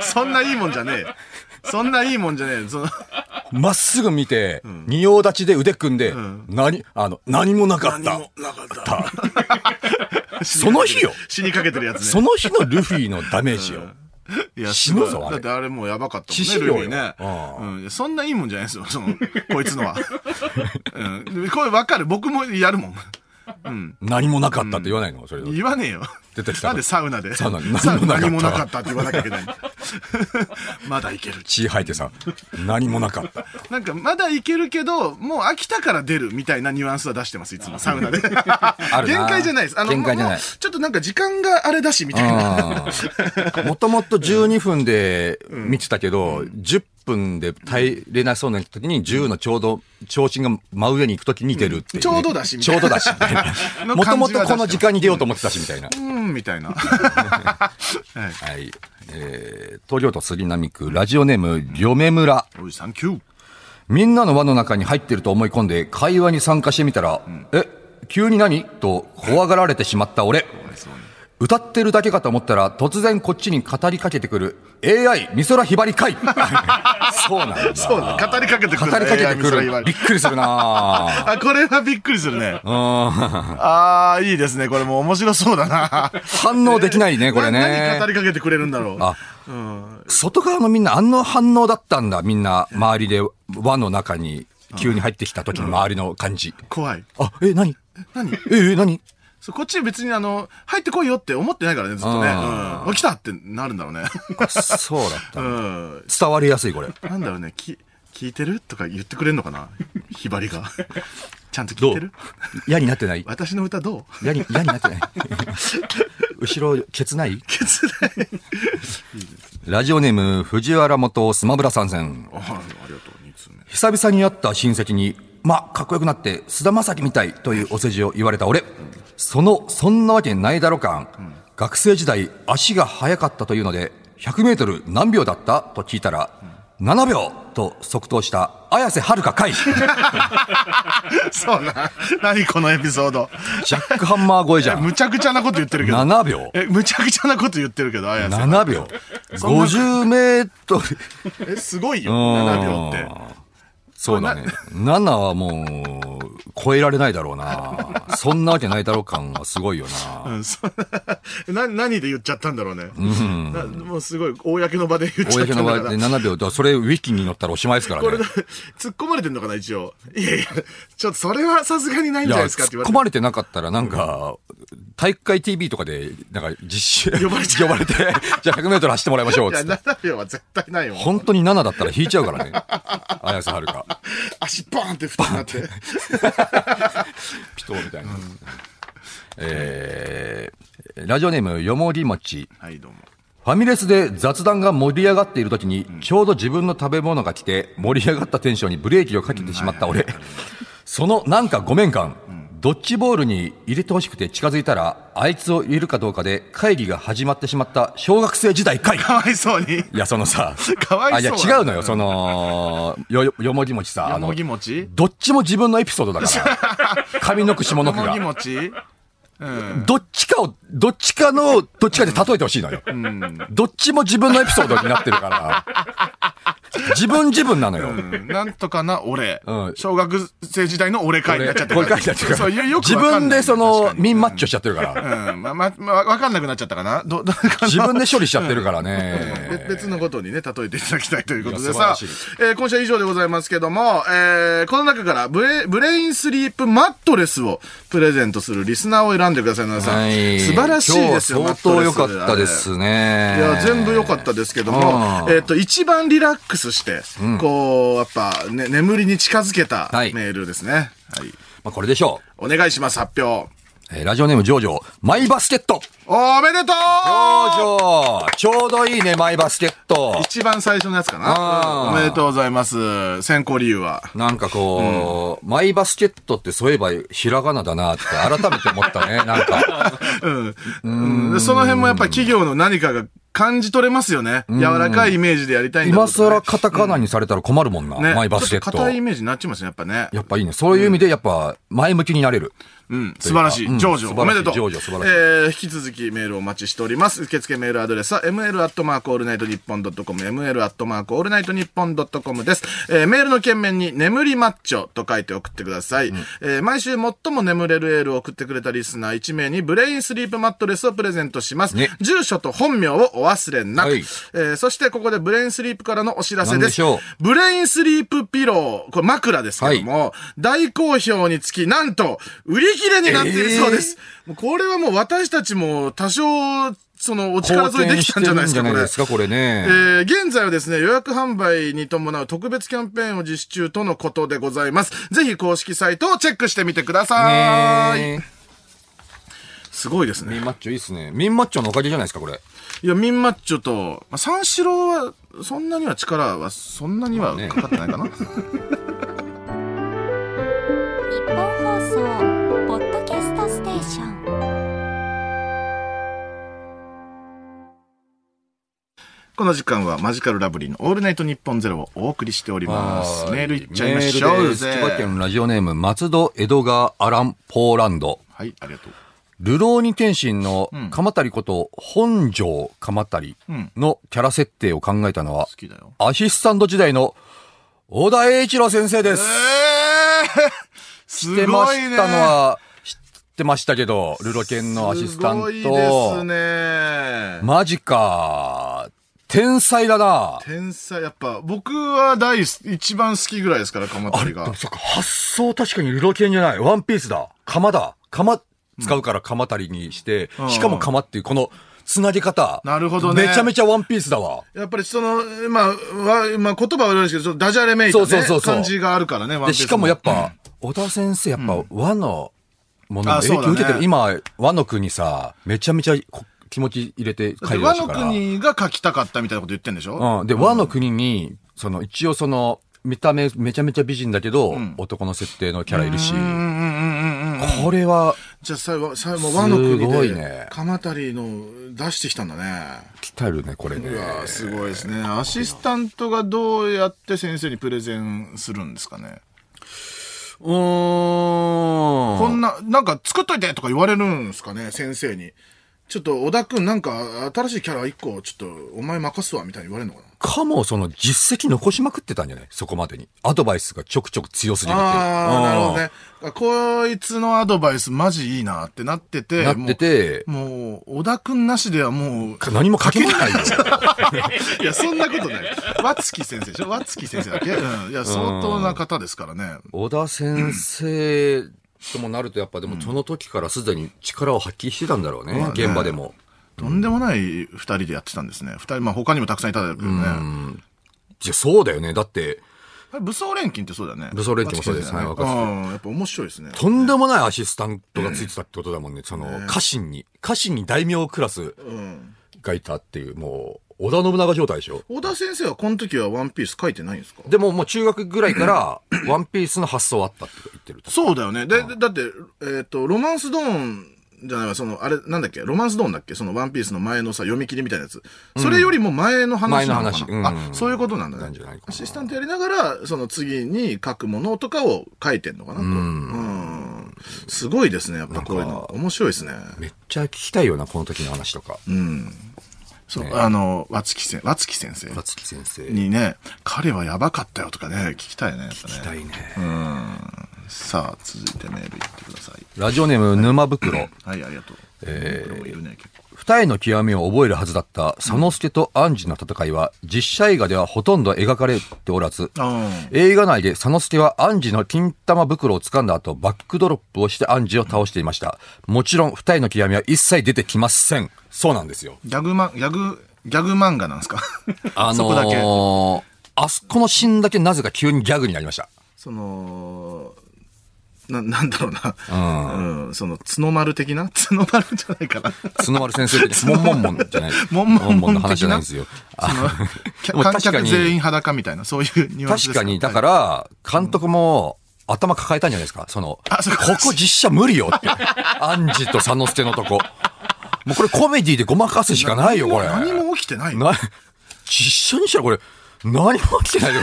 S3: そんないいもんじゃねえ。そんないいもんじゃねえ。その、
S1: まっすぐ見て、仁王立ちで腕組んで、何、あの、何もなかった。
S3: なかった。
S1: その日よ。
S3: 死にかけてるやつね。
S1: その日のルフィのダメージよ。
S3: いや、
S1: 死ぬぞ
S3: すごい
S1: あれ
S3: だってあれもうやばかった
S1: 致
S3: も
S1: 死
S3: んね、
S1: 量
S3: ル
S1: よ
S3: ミね。
S1: う
S3: うん。そんないいもんじゃないですよ、その、 こいつのは。うん。これわかる。僕もやるもん。
S1: 何もなかったって言わないのそれ。
S3: 言わねえよ。
S1: 出てきた
S3: なんでサウナで。
S1: サウナ
S3: サウナ何も
S1: 何も
S3: な
S1: な
S3: か
S1: か
S3: ったって言わなきゃいけ ない。まだいける。
S1: 血吐いてさ、何もなかった。
S3: なんか、まだいけるけど、もう飽きたから出るみたいなニュアンスは出してます、いつも、サウナ で。
S1: るな
S3: 限界じゃないです。
S1: 限界じゃな
S3: も
S1: い
S3: うちょっとなんか時間があれだし、みたいな。
S1: もともと12分で見てたけど、10分で耐えれなそうな時に10のちょうど、長身が真上に行く時に出るっていう、
S3: ちょうどだしみ
S1: ち
S3: たい
S1: ょ
S3: な
S1: うどだし、みたい な。もともとこの時間に出ようと思ってたし、みたいな。
S3: うん、みたいな。はい。
S1: はい。えー、東京都杉並区、ラジオネーム、りょめ村。
S3: おい、サンキュー。
S1: みんなの輪の中に入ってると思い込んで、会話に参加してみたら、え、急に何と怖がられてしまっ た俺。歌ってるだけかと思ったら、突然こっちに語りかけてくる、AI、美空ひばり かいそうなんだ。
S3: そうだ、語りかけてく
S1: 語
S3: る。
S1: りかけて
S3: AI み
S1: く
S3: そら言わ
S1: る。
S3: れ
S1: びっくりするなぁ
S3: あ、これはびっくりするね。ああ、いいですね。これもう面白そうだ な。
S1: 反応でき ないね、これ
S3: な何
S1: ね
S3: 語。りかけてくれるんだろう。
S1: あ外側のみんな、あの反応だったんだ、みんな、周りで、輪の中に、急に入ってきた時の周りの感じ。
S3: 怖い。
S1: あ、え、何
S3: 何
S1: え、え、何
S3: そうこっち別にあの、入ってこいよって思ってないからね、ずっとね。
S1: あ
S3: うん。来たってなるんだろうね。
S1: あそうだった
S3: う
S1: の。
S3: ん。
S1: 伝わりやすい、これ。
S3: なんだろうね、き、聞いてるとか言ってくれるのかなひばりが。ちゃんと聞いてる
S1: 嫌になってない
S3: 私の歌どう
S1: 嫌に、嫌になってない 後ろ、ケツないケツない。 ラジオネーム、藤原元スマブラ参戦。
S3: あありがとう、2通目。
S1: 久々に会った親戚に、ま、かっこよくなって、菅田将暉みたいというお世辞を言われた俺。その、そんなわけないだろ感。学生時代、足が速かったというので、100メートル何秒だったと聞いたら、7秒と即答した、綾瀬はるかかい。
S3: そうな。何このエピソード。
S1: ジャックハンマー超えじゃん。
S3: むちゃくちゃなこと言ってるけど。
S1: 7秒。
S3: え、むちゃくちゃなこと言ってるけど、あやさん。
S1: 7秒。
S3: そんな
S1: 50メート ル。
S3: え、すごいよ、
S1: うん
S3: 7秒って。
S1: そうだね。7はもう、超えられないだろうな。そんなわけないだろう感はすごいよな。
S3: うん、そな、何で言っちゃったんだろうね。なもうすごい、公の場で言っちゃった
S1: 公の
S3: んだ
S1: 場
S3: から
S1: で。7秒。だからそれウィキに載ったらおしまいですから
S3: これ、
S1: ね。
S3: 突っ込まれてんのかな、一応。いやいや、ちょっとそれはさすがにないん
S1: い
S3: じゃ
S1: や、
S3: ないですかって言
S1: 突っ
S3: わ
S1: 込
S3: れ
S1: まれてなかったらなんか、体育会 TV とかで、なんか実習、
S3: 呼ばれちゃう
S1: 呼ばれて、じゃあ100メートル走ってもらいましょう
S3: て。
S1: つっ
S3: い
S1: て。
S3: や、7秒は絶対ないよ。
S1: 本当に7だったら引いちゃうからね。綾瀬はるか。
S3: 足バーンって太くなって。
S1: ピトーみたいな。えー、ラジオネーム、よもぎもち。
S3: はい、どうも。
S1: ファミレスで雑談が盛り上がっている時に、ちょうど自分の食べ物が来て、盛り上がったテンションにブレーキをかけてしまった俺。そのなんかごめん感、ドッジボールに入れてほしくて近づいたら、あいつを入れるかどうかで会議が始まってしまった小学生時代かい。
S3: かわいそうに。
S1: いや、そのさ、
S3: かわいそう
S1: あいや、違うのよ、その、よ、よよもぎもちさ、
S3: よ
S1: あ
S3: も
S1: の、
S3: ぎ餅
S1: どっちも自分のエピソードだ から、上の句下の
S3: よ
S1: 句
S3: もぎ
S1: が。
S3: 餅うん。
S1: どっちかを、どっちかの、どっちかで例えてほしいのよ。どっちも自分のエピソードになってるから。自分自分なのよ。
S3: うんなんとかな、俺
S1: うん。
S3: 小学生時代の俺会になっちゃって
S1: これ書いてあるから
S3: そう、よよく
S1: 自
S3: わかん
S1: 分
S3: ない
S1: でそ
S3: 確
S1: の
S3: か、に
S1: ミンマッチョしちゃってるから。
S3: うん、ま、ま、ま、わかんなくなっちゃったかなど、ど、
S1: 自分で処理しちゃってるから
S3: 別
S1: ね。
S3: 別のことにね、例えていただきたいということ
S1: い
S3: で
S1: や素晴
S3: さ
S1: らしい、
S3: えー今週は以上でございますけども、えーこの中からブレブレインスリープマットレスをプレゼントするリスナーを選んでください、皆さん。素晴らしいですよ、
S1: 今日は相当良
S3: マ
S1: か
S3: ットレス
S1: った
S3: あれ
S1: ですね。
S3: いや、全部良かったですけども
S1: あ、ー
S3: えっ、と、一番リラックスして、こう、やっぱ、ね、眠りに近づけた
S1: はい
S3: メールですね。はい。
S1: まあ、これでしょ
S3: お願いします、発表。
S1: う。えーラジオネーム、ジョージョ。マイバスケット
S3: おめでと
S1: ジ
S3: う
S1: ョージョちょうどいいね、マイバスケット
S3: 一番最初のやつかな。
S1: あー
S3: おめでとうございます。選考理由は。
S1: なんかこう、マイバスケットってそういえばひらがなだなって改めて思ったね。なんか、
S3: うん、その辺もやっぱり企業の何かが感じ取れますよね。柔らかいイメージでやりたいんだろ
S1: 今
S3: うけどね
S1: 更カタカナにされたら困るもんな、
S3: ね、
S1: マイバスケッ
S3: ちょ
S1: ト
S3: っと。硬いイメージになっちゃいますね、やっぱね。
S1: やっぱいいね。そういう意味でやっぱ前向きになれる。
S3: うん、素晴らしい。
S1: うん
S3: 上場、
S1: 素晴らしい
S3: おめでとう。
S1: 上場素晴らしい
S3: えー引き続きメールをお待ちしております。受付メールアドレスは ml アットマークオールナイトニッポンドットコム、ml アットマークオールナイトニッポンドットコムです。えーメールの件面に眠りマッチョと書いて送ってください。えー毎週最も眠れるエールを送ってくれたリスナー1名にブレインスリープマットレスをプレゼントします。
S1: ね
S3: 住所と本名をお忘れなく。
S1: はい
S3: えーそしてここでブレインスリープからのお知らせ
S1: なん
S3: で。
S1: ですしょう
S3: ブレインスリープピロー、これ枕ですけども、大好評につき、なんと、売り切れになっているそうです。もうこれはもう私たちも多少、その、お力添えできたんじゃないですか、これ。
S1: 貢献してるんじゃないですかこれね
S3: え。ー現在はですね、予約販売に伴う特別キャンペーンを実施中とのことでございます。ぜひ公式サイトをチェックしてみてください。
S1: ねえ
S3: すごいです
S1: ミ
S3: ね。
S1: ンマッチョいいっすね。ミンマッチョのおかげじゃないですか、これ。
S3: いや、ミンマッチョと、まあ、三四郎は、そんなには力は、そんなにはかかってないかな。
S2: 日本放送ポッドキャストステーション
S3: この時間はマジカルラブリーのオールナイトニッポンゼロをお送りしております。メールいっちゃいましょ
S1: メール
S3: う
S1: です
S3: ぜ。
S1: 千葉県ラジオネーム、松戸江戸川アラン・ポーランド。
S3: はい、ありがとう。
S1: 流浪に転身の
S3: ん
S1: 鎌足こと本庄鎌足のキャラ設定を考えたのは
S3: 好、きだよ。
S1: アシスタント時代の小田栄一郎先生です。
S3: えー、す
S1: 知ってま
S3: ごい
S1: し
S3: ね。
S1: たのは、知ってましたけど、ルロケンのアシスタン
S3: すごいです
S1: ト。
S3: ね。
S1: マジか。天才だな。
S3: 天才、やっぱ、僕は大好き、一番好きぐらいですから、かまたり
S1: で
S3: が
S1: も。そっか、発想確かにルロケンじゃない。ワンピースだ。鎌だ。鎌使うから鎌足りにして、
S3: うん
S1: しかも鎌っていうこの繋げ方。
S3: なるほどね
S1: めちゃめちゃワンピースだわ。
S3: やっぱりその、まあ、わまあ、言葉は悪いですけど、ちょっとダジャレめいた、ね、
S1: そうそうそうそう
S3: 感じがあるからね、ワン
S1: で、
S3: ピース
S1: しかもやっぱ、小田先生、やっぱ和のもの
S3: あ
S1: に
S3: そう
S1: 影
S3: だね
S1: 響受けてる。今、和の国さ、めちゃめちゃこ気持ち入れて書いてる
S3: 和
S1: らしい
S3: の
S1: から。
S3: 国が書きたかったみたいなこと言ってんでしょ
S1: うん。で、和の国に、その、一応その、見た目めちゃめちゃ美人だけど、男の設定のキャラいるし、
S3: うんうんうんうんうん。
S1: これは
S3: じゃあ最後、最後、和の国
S1: すごい
S3: で
S1: ね、
S3: 鎌足りの出してきたんだね。
S1: 鍛えるね、これね
S3: い。やーすごいですね。アシスタントがどうやって先生にプレゼンするんですかね。
S1: うーん。
S3: こんな、なんか作っといてとか言われるんですかね、先生に。ちょっと小田くんなんか新しいキャラ一個、ちょっとお前任すわみたいに言われるのか
S1: かも、その実績残しまくってたんじゃないそこまでに。アドバイスがちょくちょく強すぎ
S3: な
S1: るっていう
S3: ああ、なるほど
S1: うん
S3: ね。あこいつのアドバイスマジいいなってなってて、
S1: なってて、
S3: もう、もう小田くんなしではもう、
S1: か何も書けない よ。
S3: いや、そんなことない。和月先生でしょ和月先生だっけうん。いや、相当な方ですからね。
S1: 小田先生ともなると、やっぱでもその時からすでに力を発揮してたんだろうね、
S3: うん
S1: 現場でも。
S3: とんでもない二人でやってたんですね。二人、まあ他にもたくさんいただけどね。
S1: じゃ、そうだよね。だって、
S3: あれ武装連勤ってそうだよね。
S1: 武装連勤もそうです
S3: はい、
S1: は
S3: う
S1: いわかりま
S3: んやっぱ面白いですね。
S1: とんでもないアシスタントがついてたってことだもんね。その、家臣に、家臣に大名クラス
S3: うん。
S1: がいたっていう、もう、織田信長状態でしょ。
S3: 小田先生はこの時はワンピース書いてないんですか
S1: でももう中学ぐらい から、ワンピースの発想はあったって言ってる。
S3: そうだよね。で、でだって、えっ、と、ロマンスドーンじゃないわ、その、あれ、なんだっけ、ロマンスドーンだっけそのワンピースの前のさ、読み切りみたいなやつ。それよりも前の話なのかな、
S1: 前の話うん
S3: あ、そういうことなんだ
S1: なん
S3: ね
S1: じゃないか。な
S3: アシスタントやりながら、その次に書くものとかを書いてんのかなうん。すごいですね、やっぱこういうの。面白いですね。
S1: めっちゃ聞きたいよな、この時の話とか。
S3: そう、あの、和月先生、和月先生。
S1: 夏木先生。聞
S3: にね、彼はやばかったよとかね、聞きたいね。やっぱね
S1: きたいね。
S3: さあ、続いてメールいってください。
S1: ラジオネーム、沼袋。
S3: はい、ありがとう。えー、もいるね、結構。
S1: 二重の極みを覚えるはずだった佐野助とアンジの戦いは実写映画ではほとんど描かれておらず、
S3: あ
S1: 映画内で佐野助はアンジの金玉袋を掴んだ後バックドロップをしてアンジを倒していました。もちろん二重の極みは一切出てきません。そうなんですよ。
S3: ギャグマン、ギャグ、ギャグ漫画なんですか
S1: あ
S3: そ
S1: の
S3: こだけ。
S1: ー、あそこのシーンだけなぜか急にギャグになりました。
S3: その、な、なんだろうな。うん。その、角丸的な 角丸じゃないかな。
S1: 角丸先生 的に、モンモンモンじゃない。
S3: モンモンモン
S1: の話じゃないんですよ。
S3: その、
S1: で も
S3: 観
S1: 確か
S3: 客
S1: に
S3: 全員裸みたいな、そういうニュアンス
S1: 確
S3: です
S1: かに、だから、監督も、頭抱えたんじゃないですかその、
S3: あそうか
S1: ここ実写無理よ って。アンジと佐野助のとこ。もうこれコメディでごまかすしかないよ、これ。
S3: 何も何も起きてない。
S1: な、実写にしたらこれ、何も起きてない よ。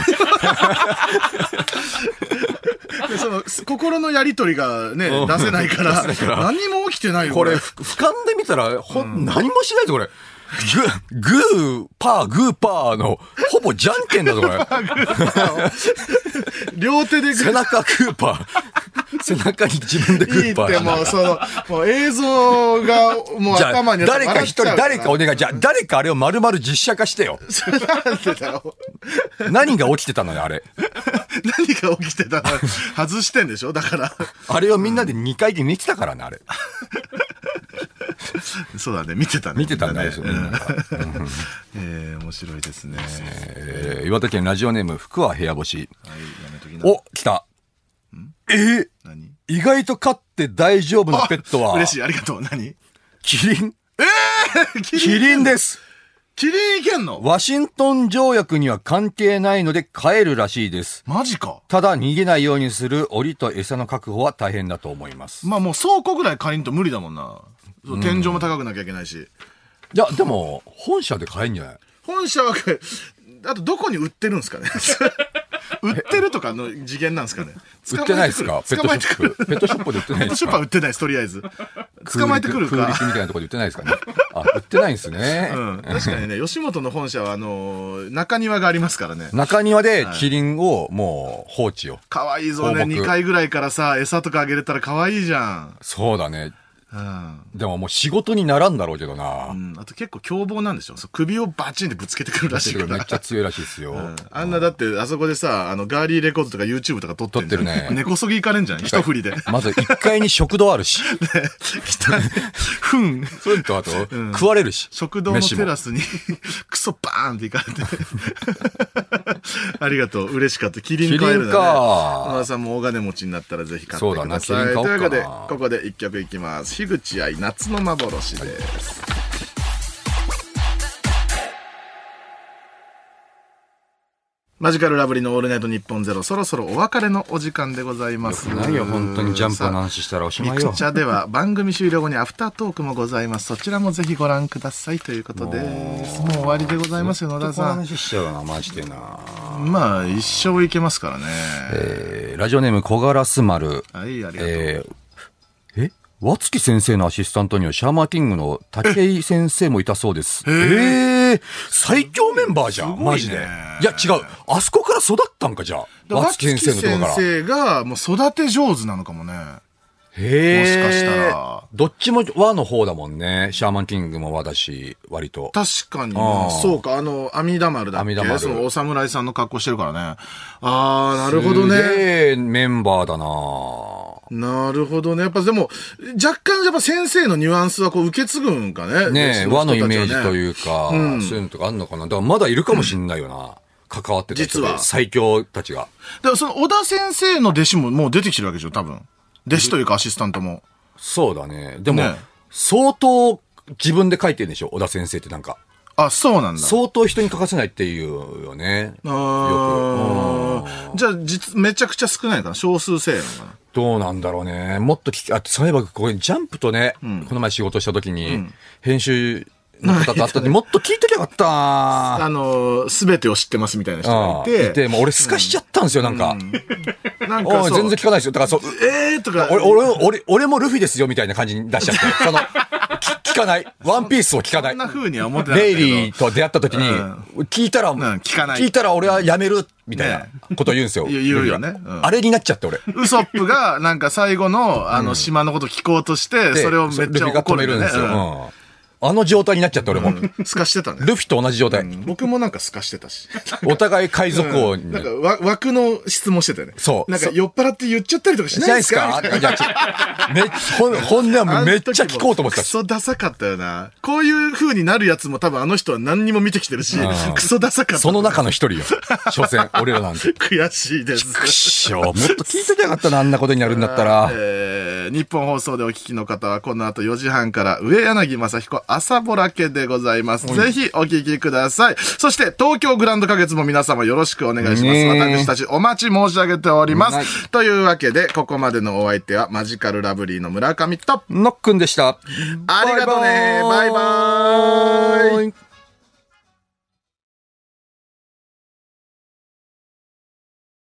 S3: でその心のやりとりがね、出せないから、何も起きてないよ。
S1: これ、ふ俯瞰で見たら、ほん、何もしないぞ、これ。グー、グー、パー、グー、パーの、ほぼじゃんけん だぞ、これ。
S3: 両手でグ
S1: 背
S3: ー
S1: 中、グー パー。背中に自分でグ
S3: いいっ
S1: ー
S3: て
S1: パー。
S3: もう、その、もう映像がもう
S1: じゃ
S3: 頭
S1: あ、
S3: にあ
S1: 誰か一人、誰かお願い。じゃあ、誰かあれを丸々実写化し てよ。
S3: なんでだろう。
S1: 何が起きてたのよ、あれ。
S3: 何が起きてたら外してんでしょだから。
S1: あれをみんなで2回で見てたからね、あれ。
S3: そうだね、見てたね。
S1: 見てたんだよ、
S3: み
S1: そ
S3: ん
S1: う
S3: なね
S1: なんか
S3: えー面白いですね。はい、
S1: えー岩手県ラジオネーム、福は部屋干し。
S3: やめときな。
S1: お、来た。えー
S3: 何
S1: 意外と飼って大丈夫なペット は、
S3: 嬉しい、ありがとう。何
S1: キリン。
S3: キ
S1: キリンです。
S3: キリンいけんの
S1: ワシントン条約には関係ないので飼えるらしいです。
S3: マジか。
S1: ただ逃げないようにする檻と餌の確保は大変だと思います。
S3: まあもう倉庫ぐらい借りんと無理だもんな。そう天井も高くなきゃいけないし。
S1: いや、でも、本社で飼えんじゃない
S3: 本社は、あとどこに売ってるんですか ね売ってるとかの次元なんですかね
S1: 売ってないですかペッ
S3: 捕
S1: ト
S3: まえ
S1: シ
S3: て
S1: ョ
S3: く
S1: ッ
S3: る。
S1: プ。ペットショップで売ってない
S3: ペッ
S1: で
S3: トシ
S1: す
S3: ョップは
S1: か
S3: 売ってないです、とりあえ ず。捕まえてくる
S1: 空力
S3: か。
S1: みたいなところで売ってないですかね。あ、売ってないんですね。
S3: うん、確かに ね、吉本の本社は、あのー中庭がありますからね。
S1: 中庭でキリンをもう放置を。
S3: かわいいぞね。
S1: 放牧
S3: 2回ぐらいからさ、餌とかあげれたらかわいいじゃん。
S1: そうだね。
S3: うん。
S1: でももう仕事にならんだろうけどな
S3: う。ん、あと結構凶暴なんでしょそう首をバチンってぶつけてくるらしいか
S1: めっ
S3: ら
S1: ち。ゃ強いらしいですよ。
S3: うんあんなだって、あそこでさ、あの、ガーリーレコードとか YouTube とか撮ってんじゃん
S1: 撮ってるね
S3: 根こそぎ行かれんじゃん一振りで。
S1: まず1階に食堂あるし。
S3: 汚い。ふん。
S1: それとあと、食われるし。
S3: 食堂の
S1: 飯も
S3: テラスに、クソバーンって行かれて。ありがとう。嬉しかった。キリン買えるだね。
S1: キリンか
S3: 野田さんも大金持ちになったらぜひ買ってください。
S1: そうだなキリン買お
S3: と
S1: う
S3: いう
S1: か
S3: わ
S1: な
S3: けで、ここで一曲いきます。樋口愛、夏の幻です。マジカルラブリーのオールナイト日本ゼロ、そろそろお別れのお時間でございます。
S1: ないよ、本当にジャンプの話したらおし
S3: ミ
S1: まい
S3: ク
S1: よ
S3: チ。ャでは番組終了後にアフタートークもございます。そちらもぜひご覧くださいということです。もう終わりでございますよ、野田さん。
S1: 話しちゃうな、マジでな。
S3: まあ、一生いけますからね。
S1: えーラジオネーム小ガラス丸。
S3: はい、ありがとう。
S1: えー、え和月先生のアシスタントにはシャーマーキングの武井先生もいたそうです。えー、最強メンバーじゃん、
S3: すごいね
S1: マジで。いや、違う。あそこから育ったんか、じゃあ。
S3: だから
S1: 和月先生
S3: 和
S1: のとこから。
S3: 月先生がもう育て上手なのかもね。
S1: へー
S3: もしかしたら
S1: どっちも和の方だもんね。シャーマンキングも和だし、割と。
S3: 確かに
S1: あ
S3: な。
S1: ー
S3: そうか、あの、阿弥陀丸だっ
S1: 阿弥陀丸
S3: けそのお侍さんの格好してるからね。あー、なるほど
S1: す
S3: ね。
S1: げーメンバーだな
S3: なるほどね。やっぱでも、若干やっぱ先生のニュアンスはこう受け継ぐんかね。
S1: ねえ、和のイメージと
S3: う
S1: いうか、そういうのとかあんのかな。だからまだいるかもしんないよな。関わってた人
S3: 実
S1: で
S3: は
S1: 最強たちが。
S3: だからその小田先生の弟子ももう出てきてるわけでしょ、多分。弟子というかアシスタントも。
S1: そうだね。でも、
S3: ねえ
S1: 相当自分で書いてるんでしょ小田先生ってなんか。
S3: あ、そうなんだ。
S1: 相当人に書かせないっていうよね。
S3: あ
S1: よく。う
S3: ー
S1: ん
S3: じゃあ、実、めちゃくちゃ少ないのかな少数制なのかな
S1: どうなんだろうね。もっと聞き、あ、そういえばこれジャンプとね、この前仕事した時に、編集の方と会 った時、もっと聞いときゃよかったな
S3: あのー、すべてを知ってますみたいな人がい
S1: う
S3: て。
S1: んいて、もう俺すかしちゃったんですよ、なんか。
S3: なん
S1: お
S3: か
S1: い
S3: そう、
S1: 全然聞かないですよ。だからそう、
S3: えーとか。
S1: 俺、俺、俺、俺もルフィですよみたいな感じに出しちゃって。 その、き聞かない。ワンピースを聞かな。
S3: そんない風には思ってなかった
S1: レ
S3: け
S1: イ
S3: ど。
S1: リーと出会った時に、聞いたら、
S3: 聞かない
S1: 聞いたら俺はやめる、みたいなこと言うんですよ。
S3: ね 言う言うよね
S1: ルフィは
S3: うん
S1: あれになっちゃって、俺。
S3: ウソップが、なんか最後の、あの、島のこと聞こうとして、
S1: で
S3: それをめっ
S1: ル
S3: ち
S1: フ
S3: ゃ
S1: ィが
S3: 怒
S1: 止
S3: る
S1: め
S3: よ
S1: るん
S3: ね
S1: ですよ。うんあの状態になっちゃって、俺も。
S3: うんすかしてたね。
S1: ルフィと同じ状態。
S3: 僕もなんかすかしてたし。
S1: お互い海賊王に。
S3: なんかわ枠の質問してたよね。
S1: そう
S3: なんか
S1: そ
S3: 酔っ払って言っちゃったりとかし
S1: し
S3: な
S1: な
S3: で
S1: いいですす
S3: か
S1: か
S3: みたい
S1: いや、ちょめっ本本音は
S3: な
S1: もうめっちゃ聞こうと思ってた
S3: ク
S1: し。
S3: ソダサかったよな。こういう風になるやつも多分あの人は何にも見てきてるし
S1: う、ん
S3: クソダサかった。
S1: その中の一人よ。所詮、 俺らなんて。
S3: 悔しいで
S1: くっ
S3: す。
S1: しょ、もっと聞いときゃよかったな、あんなことになるんだったら。
S3: えー日本放送でお聞きの方はこの後4時半から上柳正彦朝ぼらけでございます。ぜひお聞きください。そして東京グランド花月も皆様よろしくお願いします。
S1: ねえ
S3: 私たちお待ち申し上げておりま
S1: はい
S3: す。というわけでここまでのお相手はマジカルラブリーの村上と
S1: のっくんでした。
S3: ありがとうねバイバ
S1: バイバーイ